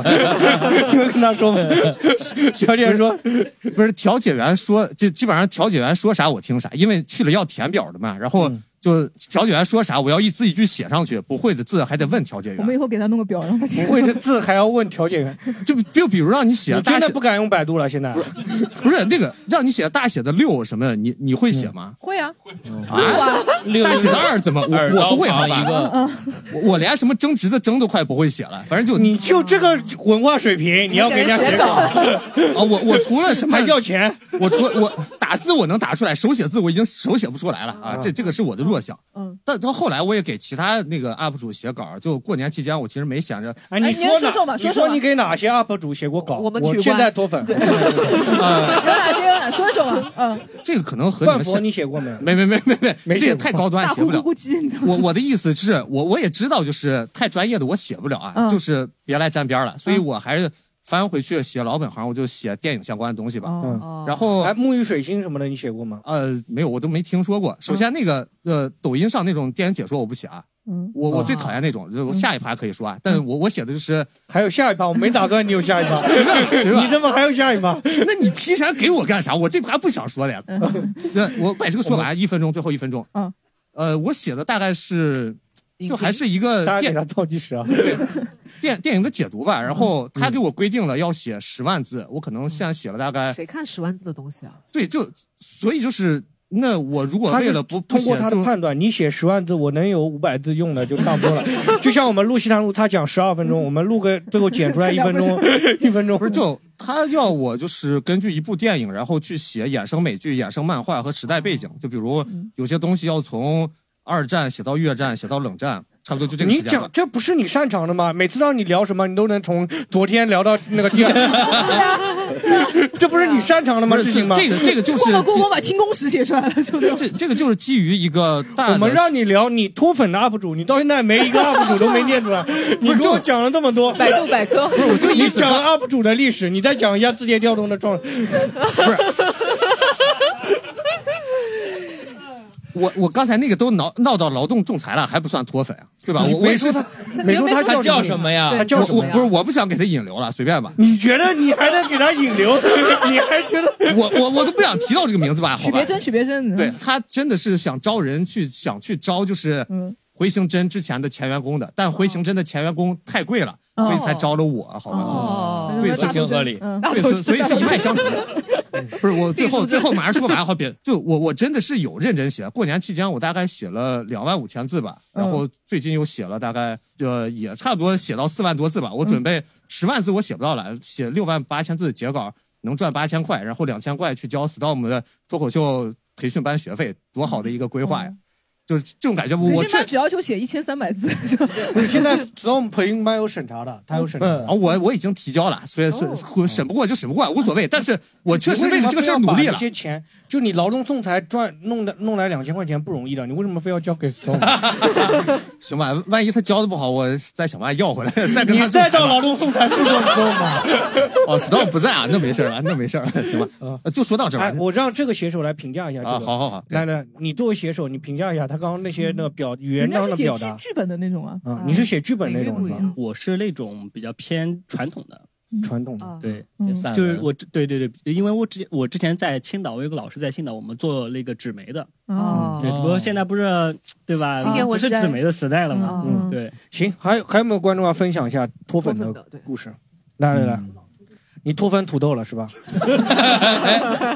你会跟他说完。 调解员说不是调解员说，这基本上调解员说啥我听啥，因为去了要填表的嘛。然后嗯就调解员说啥，我要一字一句写上去，不会的字还得问调解员我。们以后给他弄个表，让他不 会的字还要问调解员， 就就比如让你写你大真写的不敢用百度了，现在。不是那个让你写大写的六什么，你你会写吗？会啊，嗯啊，大写的二怎么我耳我刀不会好旁吧一个？嗯我我连什么争执的争都快不会写了，反正就你就这个文化水平，你要给人家写稿啊！我我除了什么还要钱，我除了我打字我能打出来，手写字我已经手写不出来了啊！这这个是我的弱项。嗯，但到后来我也给其他那个 UP 主写稿，就过年期间我其实没想着哎，你说说说哪？吧你说说吧你给哪些 UP 主写过稿？我们取关现在脱粉。 有哪些？有哪说一说吧。嗯，啊这个可能和你万们佛想你写过没有？没没没没没，没这写也过太高端，大写不呼了咕。咕鸡，你知道吗 我我的意思是我我也知道，就是太专业的我写不了啊，嗯就是别来沾边儿了，所以我还是翻回去写老本行，我就写电影相关的东西吧。哦嗯然后哎，沐浴水星什么的你写过吗？呃，没有，我都没听说过。首先那个、呃，抖音上那种电影解说我不写啊，嗯我我最讨厌那种，就我下一趴可以说啊，但我我写的就是嗯还有下一趴，我没打断你有下一 趴你怎么还有下一趴？那你提前给我干啥？我这趴不想说的呀。嗯 那我把这个说完，一分钟，最后一分钟。嗯，呃，我写的大概是，就还是一个大家给电他倒计时啊！嗯电电影的解读吧。然后他给我规定了要写十万字，我可能现在写了大哎概谁看十万字的东西啊？对，就所以就是那我如果他为是了不不通过写他的这种判断，你写十万字，我能有五百字用的就差不多了。就像我们录西塘路，他讲十二分钟，我们录个 最后剪出来一分钟这两分， 一分钟不是就他要我就是根据一部电影，然后去写衍生美剧、衍生漫画和时代背嗯景，就比如有些东西要从二战写到越战，写到冷战，差不多就这个你时间讲吧。这不是你擅长的吗？每次让你聊什么，你都能从昨天聊到那个第二， 这不是你擅长的吗？不是事情吗？这个这个就是过过过我把清宫史写出来了，兄弟们。这这个就是基于一个大的我们让你聊你脱粉的 UP 主，你到现在没一个 UP 主都没念出来。你给我讲了这么多，百度百科不是我就意你思讲了 UP 主的历史，你再讲一下字节跳动的状，我我刚才那个都闹闹到劳动仲裁了，还不算脱粉啊，对吧？你我我没也说是他在没说他叫什么对他叫什么我呀我不是我不想给他引流了，随便吧。你觉得你还能给他引流？ 你还觉得 我我我都不想提到这个名字吧？好许吧别。针，许别嗯针。对他真的是想招人去想去招，就是嗯回形针之前的前员工的，但回形针的前员工太贵了，哦所以才招了我，好吧？哦对，所以情合理嗯对，所以所以是一脉相承 的。不 是我最后地主最后马上说完，好别就我我真的是有认真写。过年期间我大概写了两万五千字吧，嗯然后最近又写了大概呃也差不多写到四万多字吧。我嗯准备十万字我写不到了，写六万八千字截稿能赚八千块，然嗯后两千块去交 Storm 的脱口秀培训班学费，多好的一个规划呀！就是这种感觉。可我是确他只要求写一千三百字，就你现在只要我们培训班有审查的，他有审查的。然后嗯哦我我已经提交了，所以所以审不过就审不过，无所谓。但是我确实为了这个事儿努力哦你为什么非要把了这。些钱，就你劳动仲裁赚弄的弄来两千块钱不容易的，你为什么非要交给 Stone？行吧，万一他教的不好，我再想办法要 回来，再跟他你再到劳动仲裁诉讼中嘛。哦，Stone 不在啊，那没事儿啊，那没事儿，行吧，呃就说到这儿哎吧。，我让这个写手来评价一下这个。啊好好好来来，你作为写手，你评价一下他刚刚那些那个表语言人家上是的写表剧达。剧本的那种啊。啊，你是写剧本那种每是个吧？我是那种比较偏传统的，传统哦的对嗯散，文就是我对对对，因为我之前我之前在青岛，我有个老师在青岛，我们做那个纸媒的，嗯哦对，不过现在不是对吧？青年啊不文是摘纸媒的时代了嘛，嗯对。行，还有还有没有观众要分享一下脱粉的嗯故事？来来来，你脱粉土豆了是吧？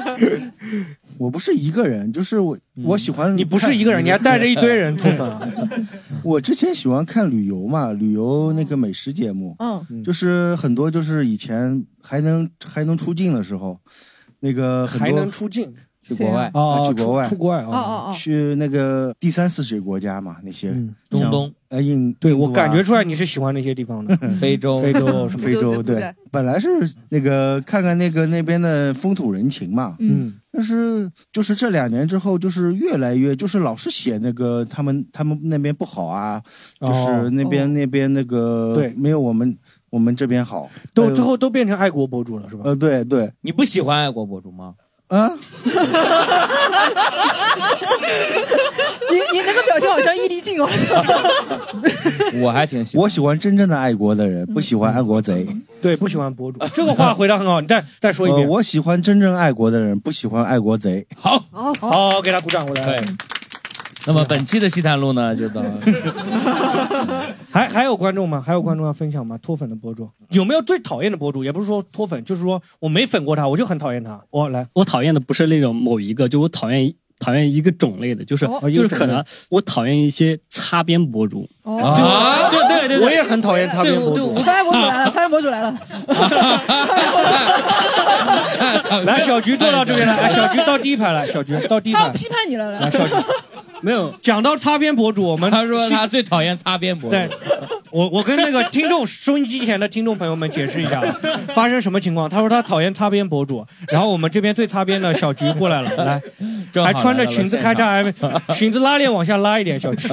我不是一个人，就是我、我喜欢你不是一个人，你还带着一堆 人脱粉啊？ 我之前喜欢看旅游嘛，旅游那个美食节目，嗯就是很多就是以前还能还能出境的时候，那个很多还能出境？去国外啊哦，去国外出出国外哦哦哦去那个第三世界国家嘛，那些中像哦东呃印，对印度啊我感觉出来你是喜欢那些地方 的，非洲非洲什么非洲对，本来是那个看看那个那边的风土人情嘛，嗯，但是就是这两年之后，就是越来越就是老是写那个他们他们那边不好啊，哦就是那边、那边那个对没有我们我们这边好，都呃之后都变成爱国博主了是吧？呃对对你不喜欢爱国博主吗？嗯啊， 你你那个表情好像易立竞哦， 我还挺喜欢，我喜欢真正的爱国的嗯人，不喜欢爱国贼。对，不喜欢博主， 这个话回答很好，你再再嗯说一呃遍。我喜欢真正爱国的人，不喜欢爱国贼。好，好，好，给他鼓掌，鼓掌。对。那么本期的西坛路呢，就到还还有观众吗？还有观众要分享吗？脱粉的博主有没有最讨厌的博主？也不是说脱粉，就是说我没粉过他，我就很讨厌 他。我哦来，我讨厌的不是那种某一个，就我讨厌讨厌一个种类的，就是、哦就是一个种类可能我讨厌一些擦边博主。哦啊对对对对，我也很讨厌擦边博主对我我发现博主来了，参与博主来了，来，小菊坐到这边来， 哎小菊到第一排来，小菊到第一他排要。批判你了，来，小菊，没有讲到擦边博主，我们他说他最讨厌擦边博主。对，我我跟那个听众收音机前的听众朋友们解释一下，啊 发生什么情况？他说他讨厌擦边博主，然后我们这边最擦边的小菊过来了，来， 正好还穿着裙子开叉，来还到了现场裙子拉链往下拉一点， 小菊，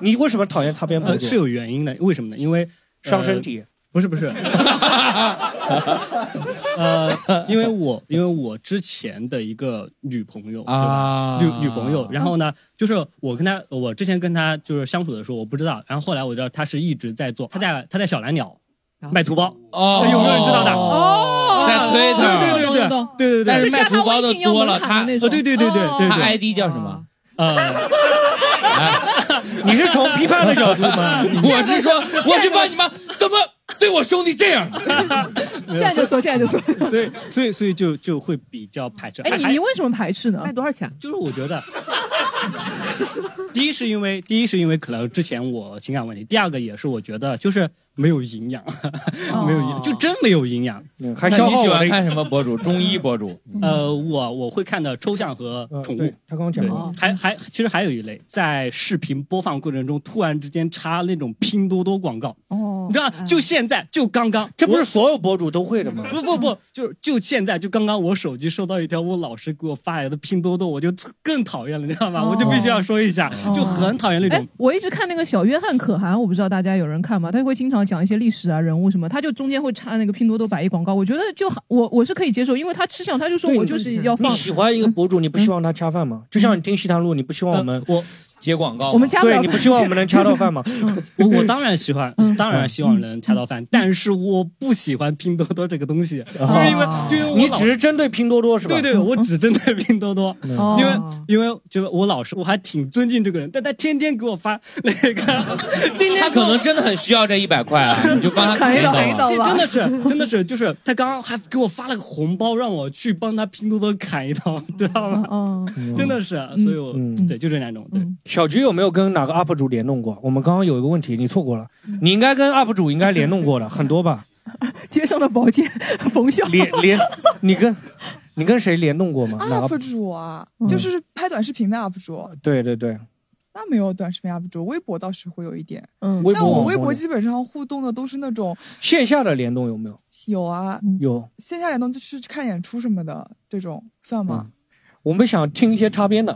你为什么讨厌擦边博呃主？是有原因的，为什么呢？因为、呃伤身体。不是不 是，呃，因为我因为我之前的一个女朋友对吧啊女女朋友，然后呢，就是我跟她，我之前跟她就是相处的时候，我不知道，然后后来我知道她是一直在做，她在她在小蓝鸟啊卖图包，哦有没有人知道的？哦在推特对对对对懂对对对，但是卖图包的哦多了，呃他哦对对对对对他对， ID 叫什哦么？呃，你是从批判的角度吗？我是说，我去帮你们，怎么对我兄弟这样？现在就搜，现在就搜。所以所以所以就就会比较排斥。 哎，还你还你为什么排斥呢？卖多少钱？啊就是我觉得，第一是因为第一是因为可能之前我情感问题，第二个也是我觉得就是没有营养， 没有营就真没有营养。嗯还那消你耗喜我欢的。看什么博 主？中医博主。嗯呃，我我会看的抽象和宠物嗯呃对。他刚刚讲对哦过，，还还其实还有一类，在视频播放过程中突然之间插那种拼多多广告，哦你知道，就现在，就刚刚，这不我是所有博主都会的吗？不不不，就就现在，就刚刚我手机收到一条我老师给我发来的拼多多，我就更讨厌了，你知道吗？哦我就必须要说一下，就很讨厌那哎种，。我一直看那个小约翰可汗，我不知道大家有人看吗？他会经常讲一些历史啊、人物什么，他就中间会插那个拼多多百亿广告，我觉得就我我是可以接受，因为他吃相，他就说我就是要你放。嗯喜欢一个博主，你不希望他恰饭吗？就像你听西塘路，你不希望我们我呃接广哦告吗，我们加不了对你不希望我们能恰到饭 吗？ 嗯我我当然喜欢，当然希望能恰到饭，但是我不喜欢拼多多这个东西，哦就是因为就因为你我老只是针对拼多多是吧？对对，我只针对拼多多，嗯哦因为因为就是我老师，我还挺尊敬这个人，但他天天给我发那个，天他天给可我能真的很需要这一百块啊，你就帮他砍一刀砍啊砍一刀啊这吧真的是，真的是，就是他刚刚还给我发了个红包，让我去帮他拼多多砍一刀， 知道吗？嗯，真的是，所以我对就这两种，对，小菊有没有跟哪个 UP 主联动过？我们刚刚有一个问题，你错过了，嗯你应该跟 UP 主应该联动过的，很多 吧？街上的宝剑，冯笑。联联，你跟你跟谁联动过吗？哪啊 UP 个？主啊，就是拍短视频的 UP 主，对对对，那没有短视频 UP 主，微博倒是会有一点。嗯微博但我网微红博的基本上互动的都是那种线下的联动有没有？有啊，有。线下联动就是看演出什么的这种，算嗯吗？我们想听一些擦边的，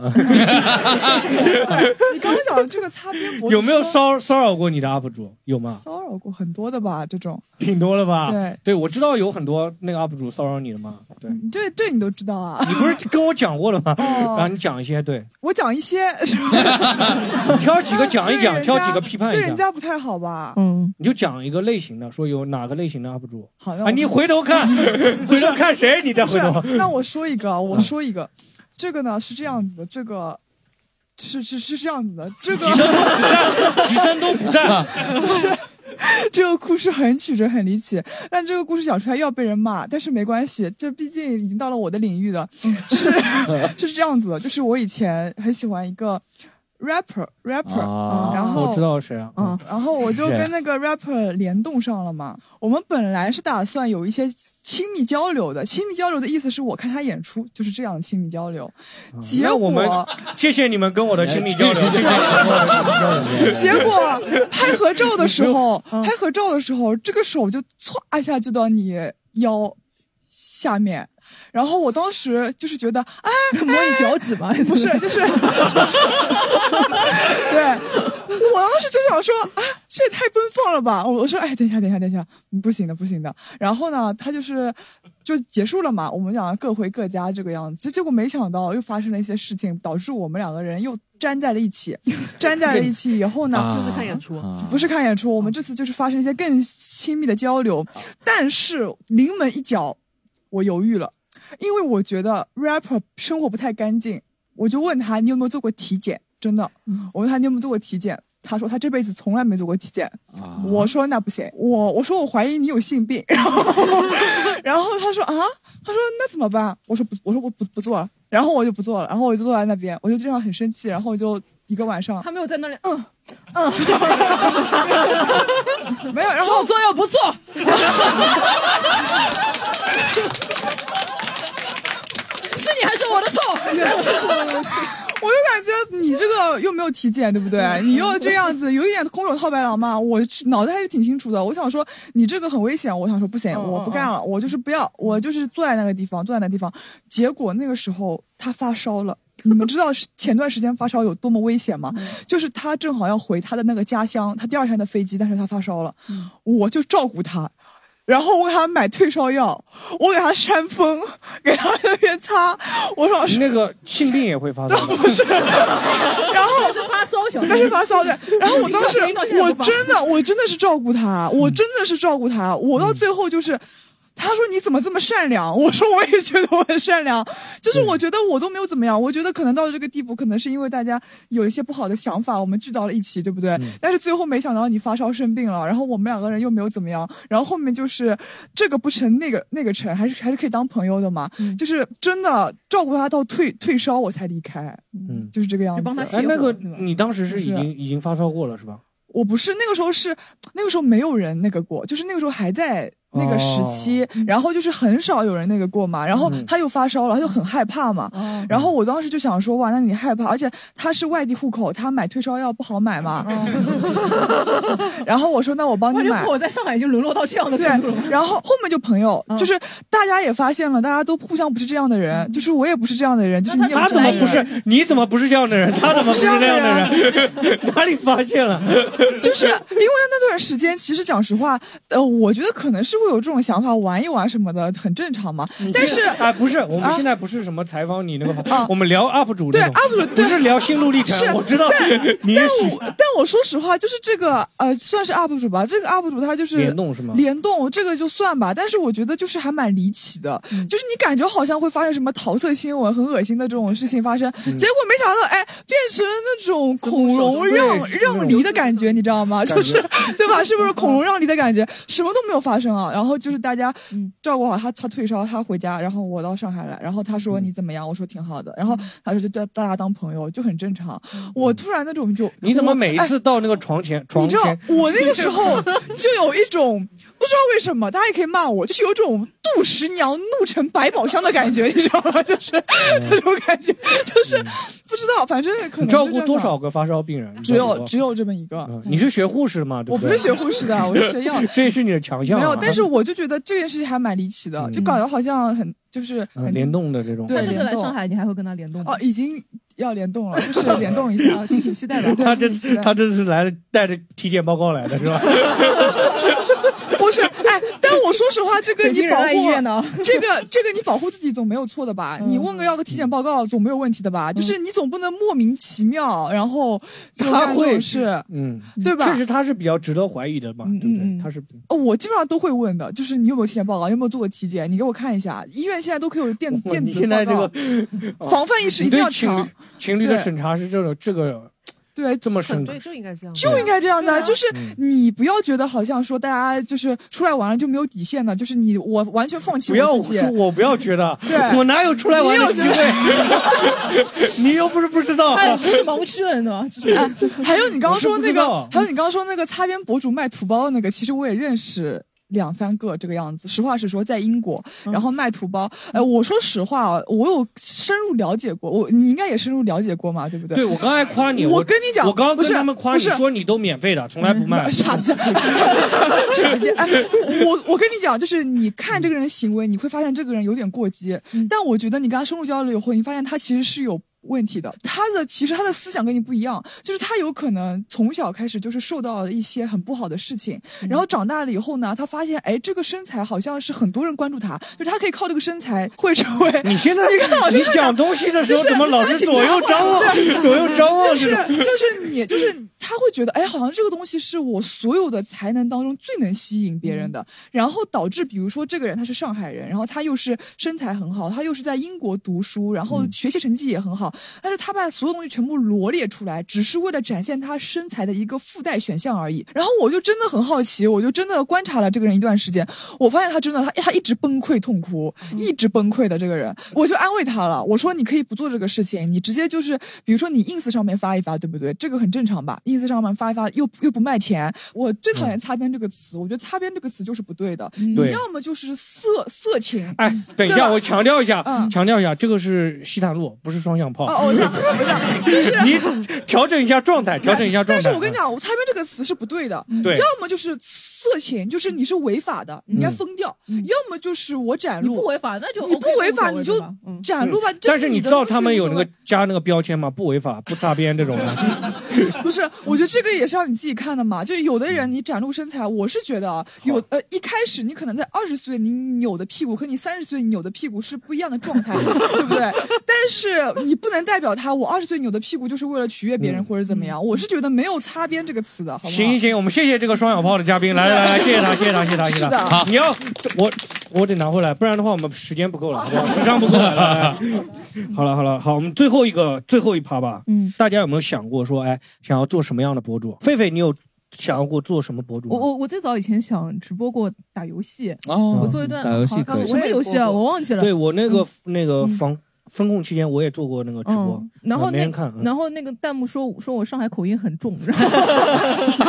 你刚刚讲的这个擦边博主有没有说骚骚扰过你的 UP 主？有吗？骚扰过很多 的吧？这种，挺多了吧？对，我知道有很多那个 UP 主骚扰你的嘛。对，你嗯这这你都知道啊？不 是跟我讲过了吗？哦然后你讲一些，对，我讲一些， 是吧你挑几个讲一讲 对人挑几家个批判一对下人家不太好吧？嗯，你就讲一个类型的，说有哪个类型的 UP 主。好那啊，我，你回头看 回头看谁？你再回头嗯不。是那我说一个啊，我说一个，这个呢是这样子的，这个是是是这样子的，这个菊三都不干，不是。 这个故事很曲折，很离奇，但这个故事讲出来又要被人骂，但是没关系，这毕竟已经到了我的领域了。嗯是 是这样子的，就是我以前很喜欢一个 rapper rapper，、啊嗯然后我知道谁啊嗯然后我就谁啊跟那个 rapper 联动上了嘛。我们本来是打算有一些亲密交流的，亲密交流的意思是我看他演出，就是这样的亲密交流。嗯结那果我们谢谢你们跟我的亲密交流，谢谢你们跟我的亲密交流。 结果拍合照的时候，拍合照的时候，这个手就歘一下就到你腰下面，然后我当时就是觉得，哎，摸你脚趾吗？不是，就是， 对， 我当时就想说，啊，这也太奔放了吧！我我说，哎，等一下，等一下，等一下，嗯不行的，不行的。然后呢，他就是。就结束了嘛，我们俩各回各家这个样子，结果没想到又发生了一些事情，导致我们两个人又粘在了一起，粘在了一起以后呢，就是看演出嗯啊不是看演出，我们这次就是发生一些更亲密的交流，但是临门一脚，我犹豫了，因为我觉得 rapper 生活不太干净，我就问他你有没有做过体检？真的，我问他你有没有做过体检？他说他这辈子从来没做过体检。我说那不行，我我说我怀疑你有性病。然后 然后他说啊，他说那怎么办？我说不，我说我不不做了。然后我就不做了，然后我就坐在那边，我就经常很生气，然后我就一个晚上他没有在那里，嗯嗯， 没有，然后做 又不做，是你还是我的错？ 我就感觉你这个又没有体检，对不对？你又这样子，有一点空手套白狼嘛。我是脑袋还是挺清楚的。我想说你这个很危险，我想说不行，嗯我不干了，我就是不要，我就是坐在那个地方，坐在那地方。结果那个时候他发烧了。你们知道是 前段时间发烧有多么危险吗？嗯就是他正好要回他的那个家乡，他第二天的飞机，但是他发烧了，嗯我就照顾他，然后我给他买退烧药，我给他扇风，给他 那边擦，我说那 个性病也会发生的，然后是发骚小，但是发骚的。 然后我当时领导现在我不发真的我真的是照顾他，嗯我真的是照顾他，我到最后就是。他说：“你怎么这么善良？”我说：“我也觉得我很善良，就是嗯我觉得我都没有怎么样。我觉得可能到这个地步，可能是因为大家有一些不好的想法，我们聚到了一起，对不对？嗯但是最后没想到你发烧生病了，然后我们两个人又没有怎么样，然后后面就是这个不成那个那个成，还是还是可以当朋友的嘛。嗯就是真的照顾他到退退烧，我才离开，嗯，就是这个样子。哎，那个你当时是已啊经已经发烧过了是吧？我不是那个时候是那个时候没有人那个过，就是那个时候还在那个时期，哦嗯然后就是很少有人那个过嘛，然后他又发烧了，他就很害怕嘛，哦然后我当时就想说哇，那你害怕，而且他是外地户口，他买退烧药不好买嘛，哦 然后我说那我帮我你就买我。在上海已经沦落到这样的程度了嗯对，。然后后面就朋友，就是大家也发现了，大家都互相不是这样的人，就是我也不是这样的人，就是你也他怎么不是？你怎么不是这样的人？他怎么不是这样 的人？ 哪里发现了？ 就是因为那段时间，其实讲实话，呃，我觉得可能是会有这种想法，玩一玩什么的，很正常嘛你。 但现是在哎，不是，我们啊现在不是什么采访你那个，我们聊 UP 主对 UP 主不是聊心路历是程，我知道但 你但许我但我说实话，就是这个呃，算是 UP 主吧。这个 UP 主他就是联动是吗联动这个就算吧，但是我觉得就是还蛮离奇的，嗯就是你感觉好像会发生什么桃色新闻、很恶心的这种事情发生，嗯结果没想到哎，变成了那种孔融让对是那种让梨的感觉，你知道吗？感觉嗯就是对吧？是不是孔融让梨的感觉？什么都没有发生啊。然后就是大家嗯照顾好他，他退烧，他回家，然后我到上海来，然后他嗯说你怎么样？我说挺好的。然后他说就大大家当朋友，就很正常。我突然那种就嗯哎你怎么每一次次到那个床前，床你知道前，我那个时 候就有一种不知道为什么，大家也可以骂我，就是有种杜十娘怒沉百宝箱的感觉，你知道吗？就是嗯 那种感觉，就是不知道，反正可你能照就顾这多样吧少？个嗯发烧病人？只有只有，有这么一个。你是学护士吗？对我不不对是学护士的，我是学药的。 这也是你的强项没啊。有，但是我就觉得这件事情还蛮离奇的，就搞得好像很就是嗯联动的这种，对他这次联来动上海，你还会跟他联动吗？哦，已经要联动 了，就是联动一下啊，敬请期待吧他这对敬请期待他这是来带着体检报告来的是吧？ 不是， 哎，但我说实话，这个北京你保人爱啊医院呢护这个这个你保护自己总没有错的吧？嗯你问个要个体检报告总没有问题的吧？就是你总不能莫名其妙，然后就他干这会种事。嗯，对吧嗯确实他是比较值得怀疑的嘛，对不对？他是哦，我基本上都会问的，就是你有没有体检报告，有没有做过体检？你给我看一下。医院现在都可以有电嗯电你子现在这报个哦告，防范意识一定要你对情强侣。情侣的对审查是这种这个对这么深刻对，，就应该这样，就应该这样的，对啊就是嗯你不要觉得好像说大家就是出来玩了就没有底线的，就是你我完全放弃不要我自己。说我不要觉得 对，我哪有出来玩的机会？ 你又不是不知道，哎，这是盲区了，你知道吗？这是哎还有你刚刚说那我是不个知道，还有你刚刚说那个擦边博主卖土包那个，其实我也认识。两三个这个样子，实话实说，在英国，嗯然后卖土包。哎、我说实话啊，我有深入了解过，我你应该也深入了解过嘛，对不对？对我刚才夸你，我我跟你讲我刚刚不跟是他们夸不你是嗯说你都免费的，从来不卖，傻逼，傻逼！哎，我我跟你讲，就是你看这个人的行为，你会发现这个人有点过激。但我觉得你跟他深入交流以后，你发现他其实是有问题的。他的其实他的思想跟你不一样，就是他有可能从小开始就是受到了一些很不好的事情，然后长大了以后呢，他发现哎，这个身材好像是很多人关注他，就是他可以靠这个身材会成 为。你现在你看老师你讲东西的时候就是怎么老是他紧左右张张望对 左右张望就是这种就是你就是他会觉得，哎，好像这个东西是我所有的才能当中最能吸引别嗯人的，然后导致比如说这个人他是上海人，然后他又是身材很好，他又是在英国读书，然嗯后学习成绩也很好，但是他把所有东西全部罗列出来，只是为了展现他身材的一个附带选项而已。然后我就真的很好奇，我就真的观察了这个人一段时间，我发现他真的他他一直崩溃痛哭，嗯一直崩溃的这个人，我就安慰他了，我说你可以不做这个事情，你直接就是比如说你 ins 上面发一发，对不对？这个很正常吧？ins 上面发一发又又不卖钱，我最讨厌擦边这个词，我觉得擦边这个词就是不对的，嗯对你要么就是色色情，嗯哎，等一对下，吧我强调一下，嗯强调一下，这个是西坦路，不是双向炮。哦，我知道，我知道，就是 你 调整一下状哎态，调整一下状态。哎啊但是我跟你讲，我擦边这个词是不对的，嗯对嗯要么就是色情，就是你是违法的，你应该封掉；要么就是我展露，嗯你不违法那就你不 OK，违无所法谓你就吧嗯展露吧。这嗯但是你你的知道东西他们有那无所个谓加那个标签吗？不违法，不擦边这种 的。不是？我觉得这个也是让你自己看的嘛。就有的嗯人你展露身材，我是觉得啊，有呃一开始你可能在二十岁你扭的屁股和你三十岁扭的屁股是不一样的状态，对不对？ 但是你不能代表他，我二十岁扭的屁股就是为了取悦别嗯人或者怎么样。我是觉得没有擦边这个词的，好不好？行行，我们谢谢这个双响炮的嘉宾，来来来，谢谢他，谢谢他，谢谢他，谢谢是的他。你要我我得拿回来，不然的话我们时间不够了，好不好？时长不够了。来 来来好了好了，好，我们最后一个最后一趴吧。嗯，大家有没有想过说，哎，想要做什么样的博主？狒狒，你有想要过做什么博主吗？我我我最早以前想直播过打游戏，哦我做一段打游戏好可以什么游戏啊？我忘记了。对我那个、嗯那个防风控期间，我也做过那个直播，嗯，然后没那人看。嗯然后那个弹幕说说我上海口音很重，然后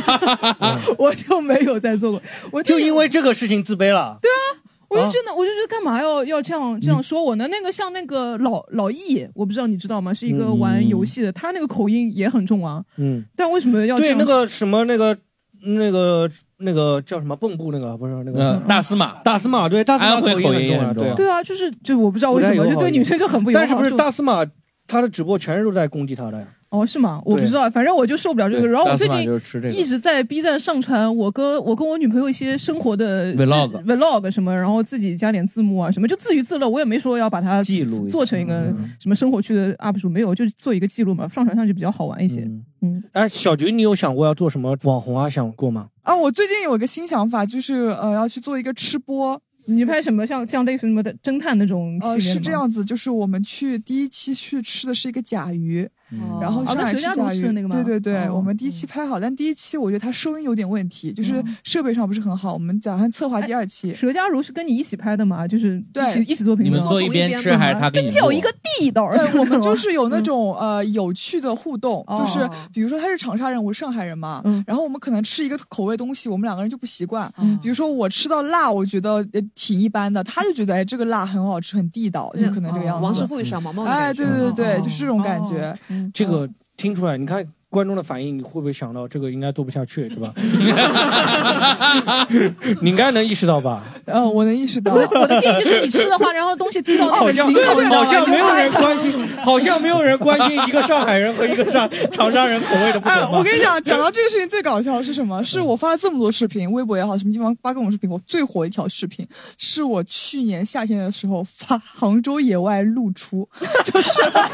我就没有再做过。我嗯就因为这个事情自卑了。对啊，我就觉得，我就觉得干嘛要要这样嗯这样说我呢？那个像那个老老易，我不知道你知道吗？是一个玩游戏的，他那个口音也很重啊。嗯，但为什么要这对样那个什么那个那个那个叫什么蚌埠那个不是那个嗯大司马，大司马对大司马安徽口口音音很很重重啊，对啊，就是就我不知道为什不太友么，好就对女生就很不友好。但是不是就大司马他的直播全是都在攻击他的呀？哦，是吗？我不对知道，反正我就受不了这个。对然后我大司最马近就是吃这个一直在 B 站上传我跟我跟我女朋友一些生活的 Vlog vlog 什么，然后自己加点字幕啊什么，就自娱自乐。我也没说要把它记录做成一个嗯什么生活区的 UP 主，没有，就是做一个记录嘛，上传上去比较好玩一些。嗯，哎，小菊，你有想过要做什么网红啊？想过吗？啊，我最近有一个新想法，就是呃，要去做一个吃播。你拍什么像像类似什么的侦探那种系列呃，的吗是这样子，就是我们去第一期去吃的是一个甲鱼，哦然后哦上那海佘吃佳茹甲吃鱼的那个吗对对对，哦我们第一期拍好，但第一期我觉得它收音有点问题，就是嗯设备上不是很好，我们打算策划哎第二期。佘佳茹是跟你一起拍的嘛？就是一起一起做评你论，们坐一边吃还是他给你真叫做 一个地道。对，我们就是有那种呃有趣的互动，哦就是比如说他是长沙人，我是上海人嘛，然后我们可能吃一个口味东西，我们两个人就不习惯。比如说我吃到辣，我觉得呃挺一般的，他就觉得哎这个辣很好吃，很地道，就可能这个样子。王师傅与小毛毛的哎，感觉对对对对，就是这种感觉。这嗯个听出来，你看观众的反应，你会不会想到这个应该做不下去， 对吧？你应该能意识到吧？ 呃，我能意识到。我的我的建议就是你吃的话，然后东西地道那好个像领导好像没有人关心。心， 好像没有人关心一个上海人和一个上长沙人口味的不同吧。哎嗯我跟你讲，讲到这个事情最搞笑的是什么？是我发了这么多视频，微博也好，什么地方发各种视频，我最火一条视频是我去年夏天的时候发杭州野外露出， 就是真的，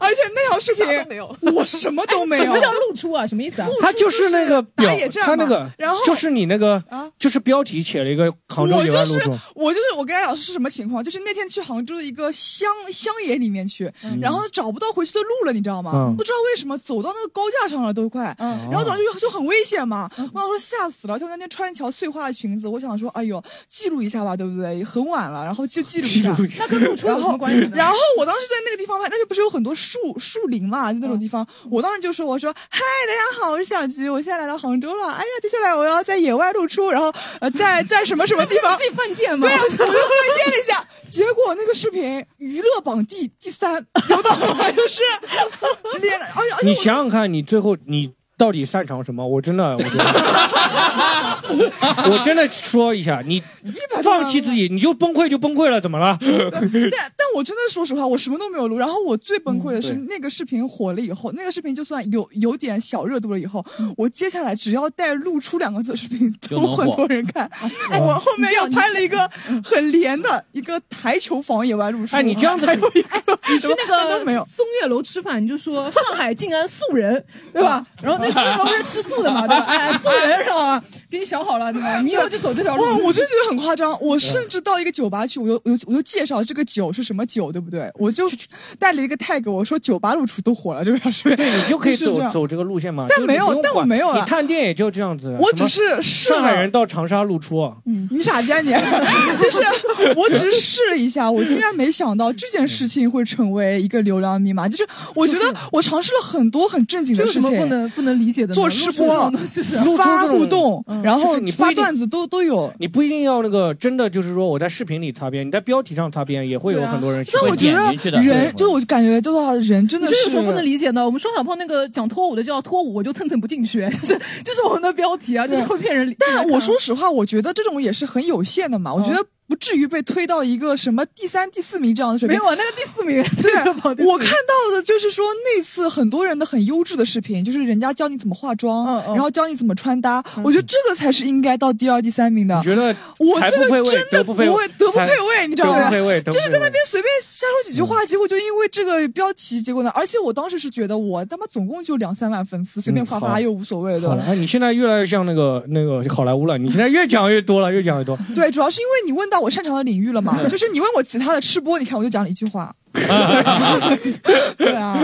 而且那条视频我什么都没有。什么叫露出啊？什么意思啊？他就是那个表打野，战嘛他那个，然后啊就是你那个，就是标题写了一个杭州我野外露就是啊中。我就是我跟大家讲是什么情况，就是那天去杭州的一个乡乡野里面去，嗯然后找不到回去的路了，你知道吗？嗯不知道为什么走到那个高架上了都快，哦然后早上就就很危险嘛，嗯我想说吓死了，就那天穿一条碎花的裙子，我想说哎呦记录一下吧，对不对？很晚了，然后就记录一下 记录一下，那跟露出有然什么后关系呢然后我当时在那个地方拍，那边不是有很多树树林嘛，就那种地方，嗯我当时就说我说嗨，大家好，我是小菊，我现在来到杭州了，哎呀，接下来我要在野外露出，然后呃在在什么什么地方 自己犯贱吗对呀、啊我就犯贱了一下，结果那个视频娱乐榜第第三，有到我就是脸，哎呀，你想想看，你最后你到底擅长什么？我真的，我 觉得，我真的说一下，你百多万放弃自己，你就崩溃就崩溃了，怎么 了？但但我真的说实话，我什么都没有录。然后我最崩溃的是、嗯那个视频火了以后，那个视频就算有有点小热度了以后，我接下来只要带“露出”两个字的视频，就都能火很多人看。哎我后面你这又样拍了一个嗯很连的一个台球房野外露出。哎你这样 子哎还有一个，你去那什么 都没个有。松月楼吃饭，你就说上海静安素人，对吧？然后那松月楼不是吃素的嘛，对吧？哎，素人是吧？给你想好了，对吧？你以后就走这条路。嗯哇，我真觉得很夸张。我甚至到一个酒吧去，我就我就我就介绍这个酒是什么酒，对不对？我就带了一个 tag，我说酒吧露出都火了，这个视 频。对你就可以是这走样走这个路线嘛。但就是没有你不用但我管没有你了探店也就这样子。啊我什么只是试上海了人到长沙露出。你傻逼 啊你！就是我只是试了一下，我竟然没想到这件事情会成为一个流量密码。就是我觉得我尝试了很多很正经这的有什事么情，不能不能理解的呢？做吃播露出这种东西是 嗯发互动，然嗯就后是你不一发定段子都都有。你不一定要那个真的，就是说我在视频里擦边，你在标题上擦边也会有很多人喜欢但啊我觉点进去的得人，哎就我感觉就是人真的你这有是什么不能理解呢？我们双小胖那个讲脱舞的就要脱舞，我就蹭蹭不进去， 就是就是我们的标题啊，就是会骗人。但我说实话，我觉得这种也是很有限的嘛。我觉得不至于被推到一个什么第三、第四名这样的水平。没有啊那个第四名对这个 跑，第四名我看到的就是说那次很多人的很优质的视频，就是人家教你怎么化妆，然后教你怎么穿搭。我觉得这个才是应该到第二、第三名的。你觉得我才这不配个位真德的不不配会德不才配位，你知道德吗？不配位德就不是配在那位边随便瞎说几句话，结果就因为这个标题，结果呢？而且我当时是觉得我他妈总共就两三万粉丝，随便嗯发好发又无所谓的好。了，哎，你现在越来越像那个那个好莱坞了，你现在越讲越多了，越讲越多。对，主要是因为你问到我擅长的领域了 嘛，就是你问我其他的吃播，你看我就讲了一句话。 对啊，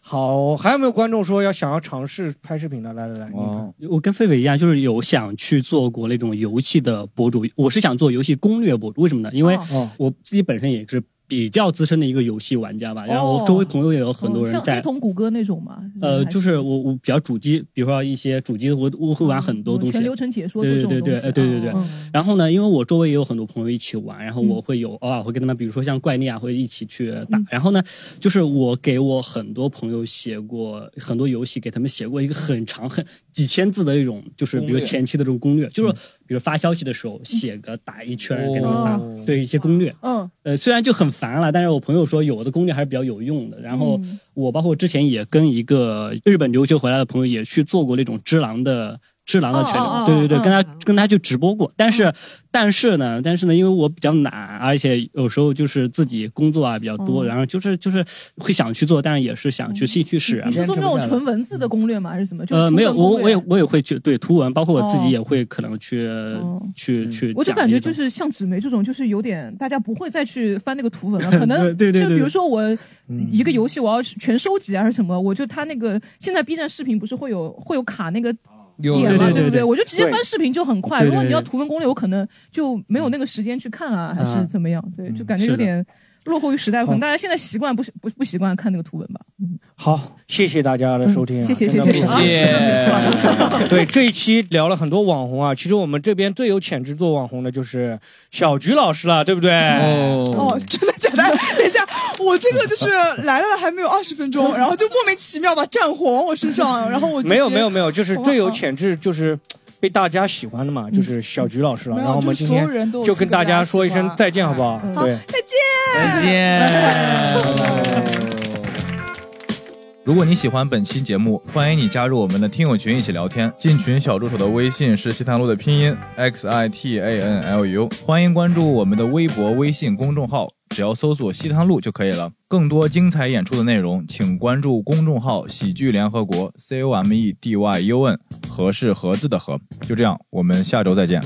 好，还有没有观众说要想要尝试拍视频的？来来来，哦，我跟狒狒一样，就是有想去做过那种游戏的博主，我是想做游戏攻略博主，为什么呢？因为哦我自己本身也是比较资深的一个游戏玩家吧，然后哦我周围朋友也有很多人像在黑。瞳谷歌那种嘛，呃，就是是我我比较主机，比如说一些主机，我我会玩很多东西，嗯全流程解说做对这种对对东对，西呃，对对对嗯。然后呢，因为我周围也有很多朋友一起玩，然后我嗯会有偶尔会跟他们，比如说像怪力啊，会一起去打。然后呢，就是我给我很多朋友写过很多游戏，给他们写过一个很长很几千字的那种，就是比攻如略嗯前期的这种攻略，就是比如发消息的时候写个打一圈哦给他们发，对一些攻略。嗯，呃，虽然就很烦了，但是我朋友说有的攻略还是比较有用的。然后我包括之前也跟一个日本留学回来的朋友也去做过那种只狼的。智囊的全流，哦哦哦对对对，嗯跟他跟他就直播过，但嗯是、但是呢，但是呢，因为我比较懒，而且有时候就是自己工作啊比较多，嗯然后就是就是会想去做，但是也是想去兴趣使啊然。你是做那种纯文字的攻略吗？还是怎么？就呃，图没有，文攻我略我也我也会去对图文，包括我自哦嗯己也会可能去、去去。我就讲感一觉些就东西是像纸媒这种，就是有点大家不会再去翻那个图 文了，可能对对对就对嗯比如说我一个游戏我要全收集啊还是什么，我就他那个现在 B 站视频不是会有会有卡那个。有点嘛，对对不对对我就直接对翻视频就很快。对对如果你对要图文攻略，我可能就没有那个时间去看啊，还是啊怎么样？对，嗯就感觉是有的点落后于时代，可能好大家现在习惯不不不习惯看那个图文吧。好，谢谢大家的嗯收听啊、谢谢真的谢谢不容易谢 谢对这一期聊了很多网红啊，其实我们这边最有潜质做网红的就是小菊老师了，对不对？哦，真的假的？等一下，我这个就是来了还没有二十分钟，然后就莫名其妙把战火往我身上，然后我就哦没有别没有没有，就是好吧最有好潜质就是。被大家喜欢的嘛，就是小菊老师了。没有然后我们就今是所有天人都有就资跟格大被大家家说一喜声欢再见，好不好？对，哎再见。 如果你喜欢本期节目，欢迎你加入我们的听友群一起聊天。进群小助手的微信是西塘路的拼音 x i t a n l u，欢迎关注我们的微博、微信公众号，只要搜索西塘路就可以了。更多精彩演出的内容，请关注公众号“喜剧联 E 合国 ”（C O M E D Y U N），和是盒子的和。就这样，我们下周再见。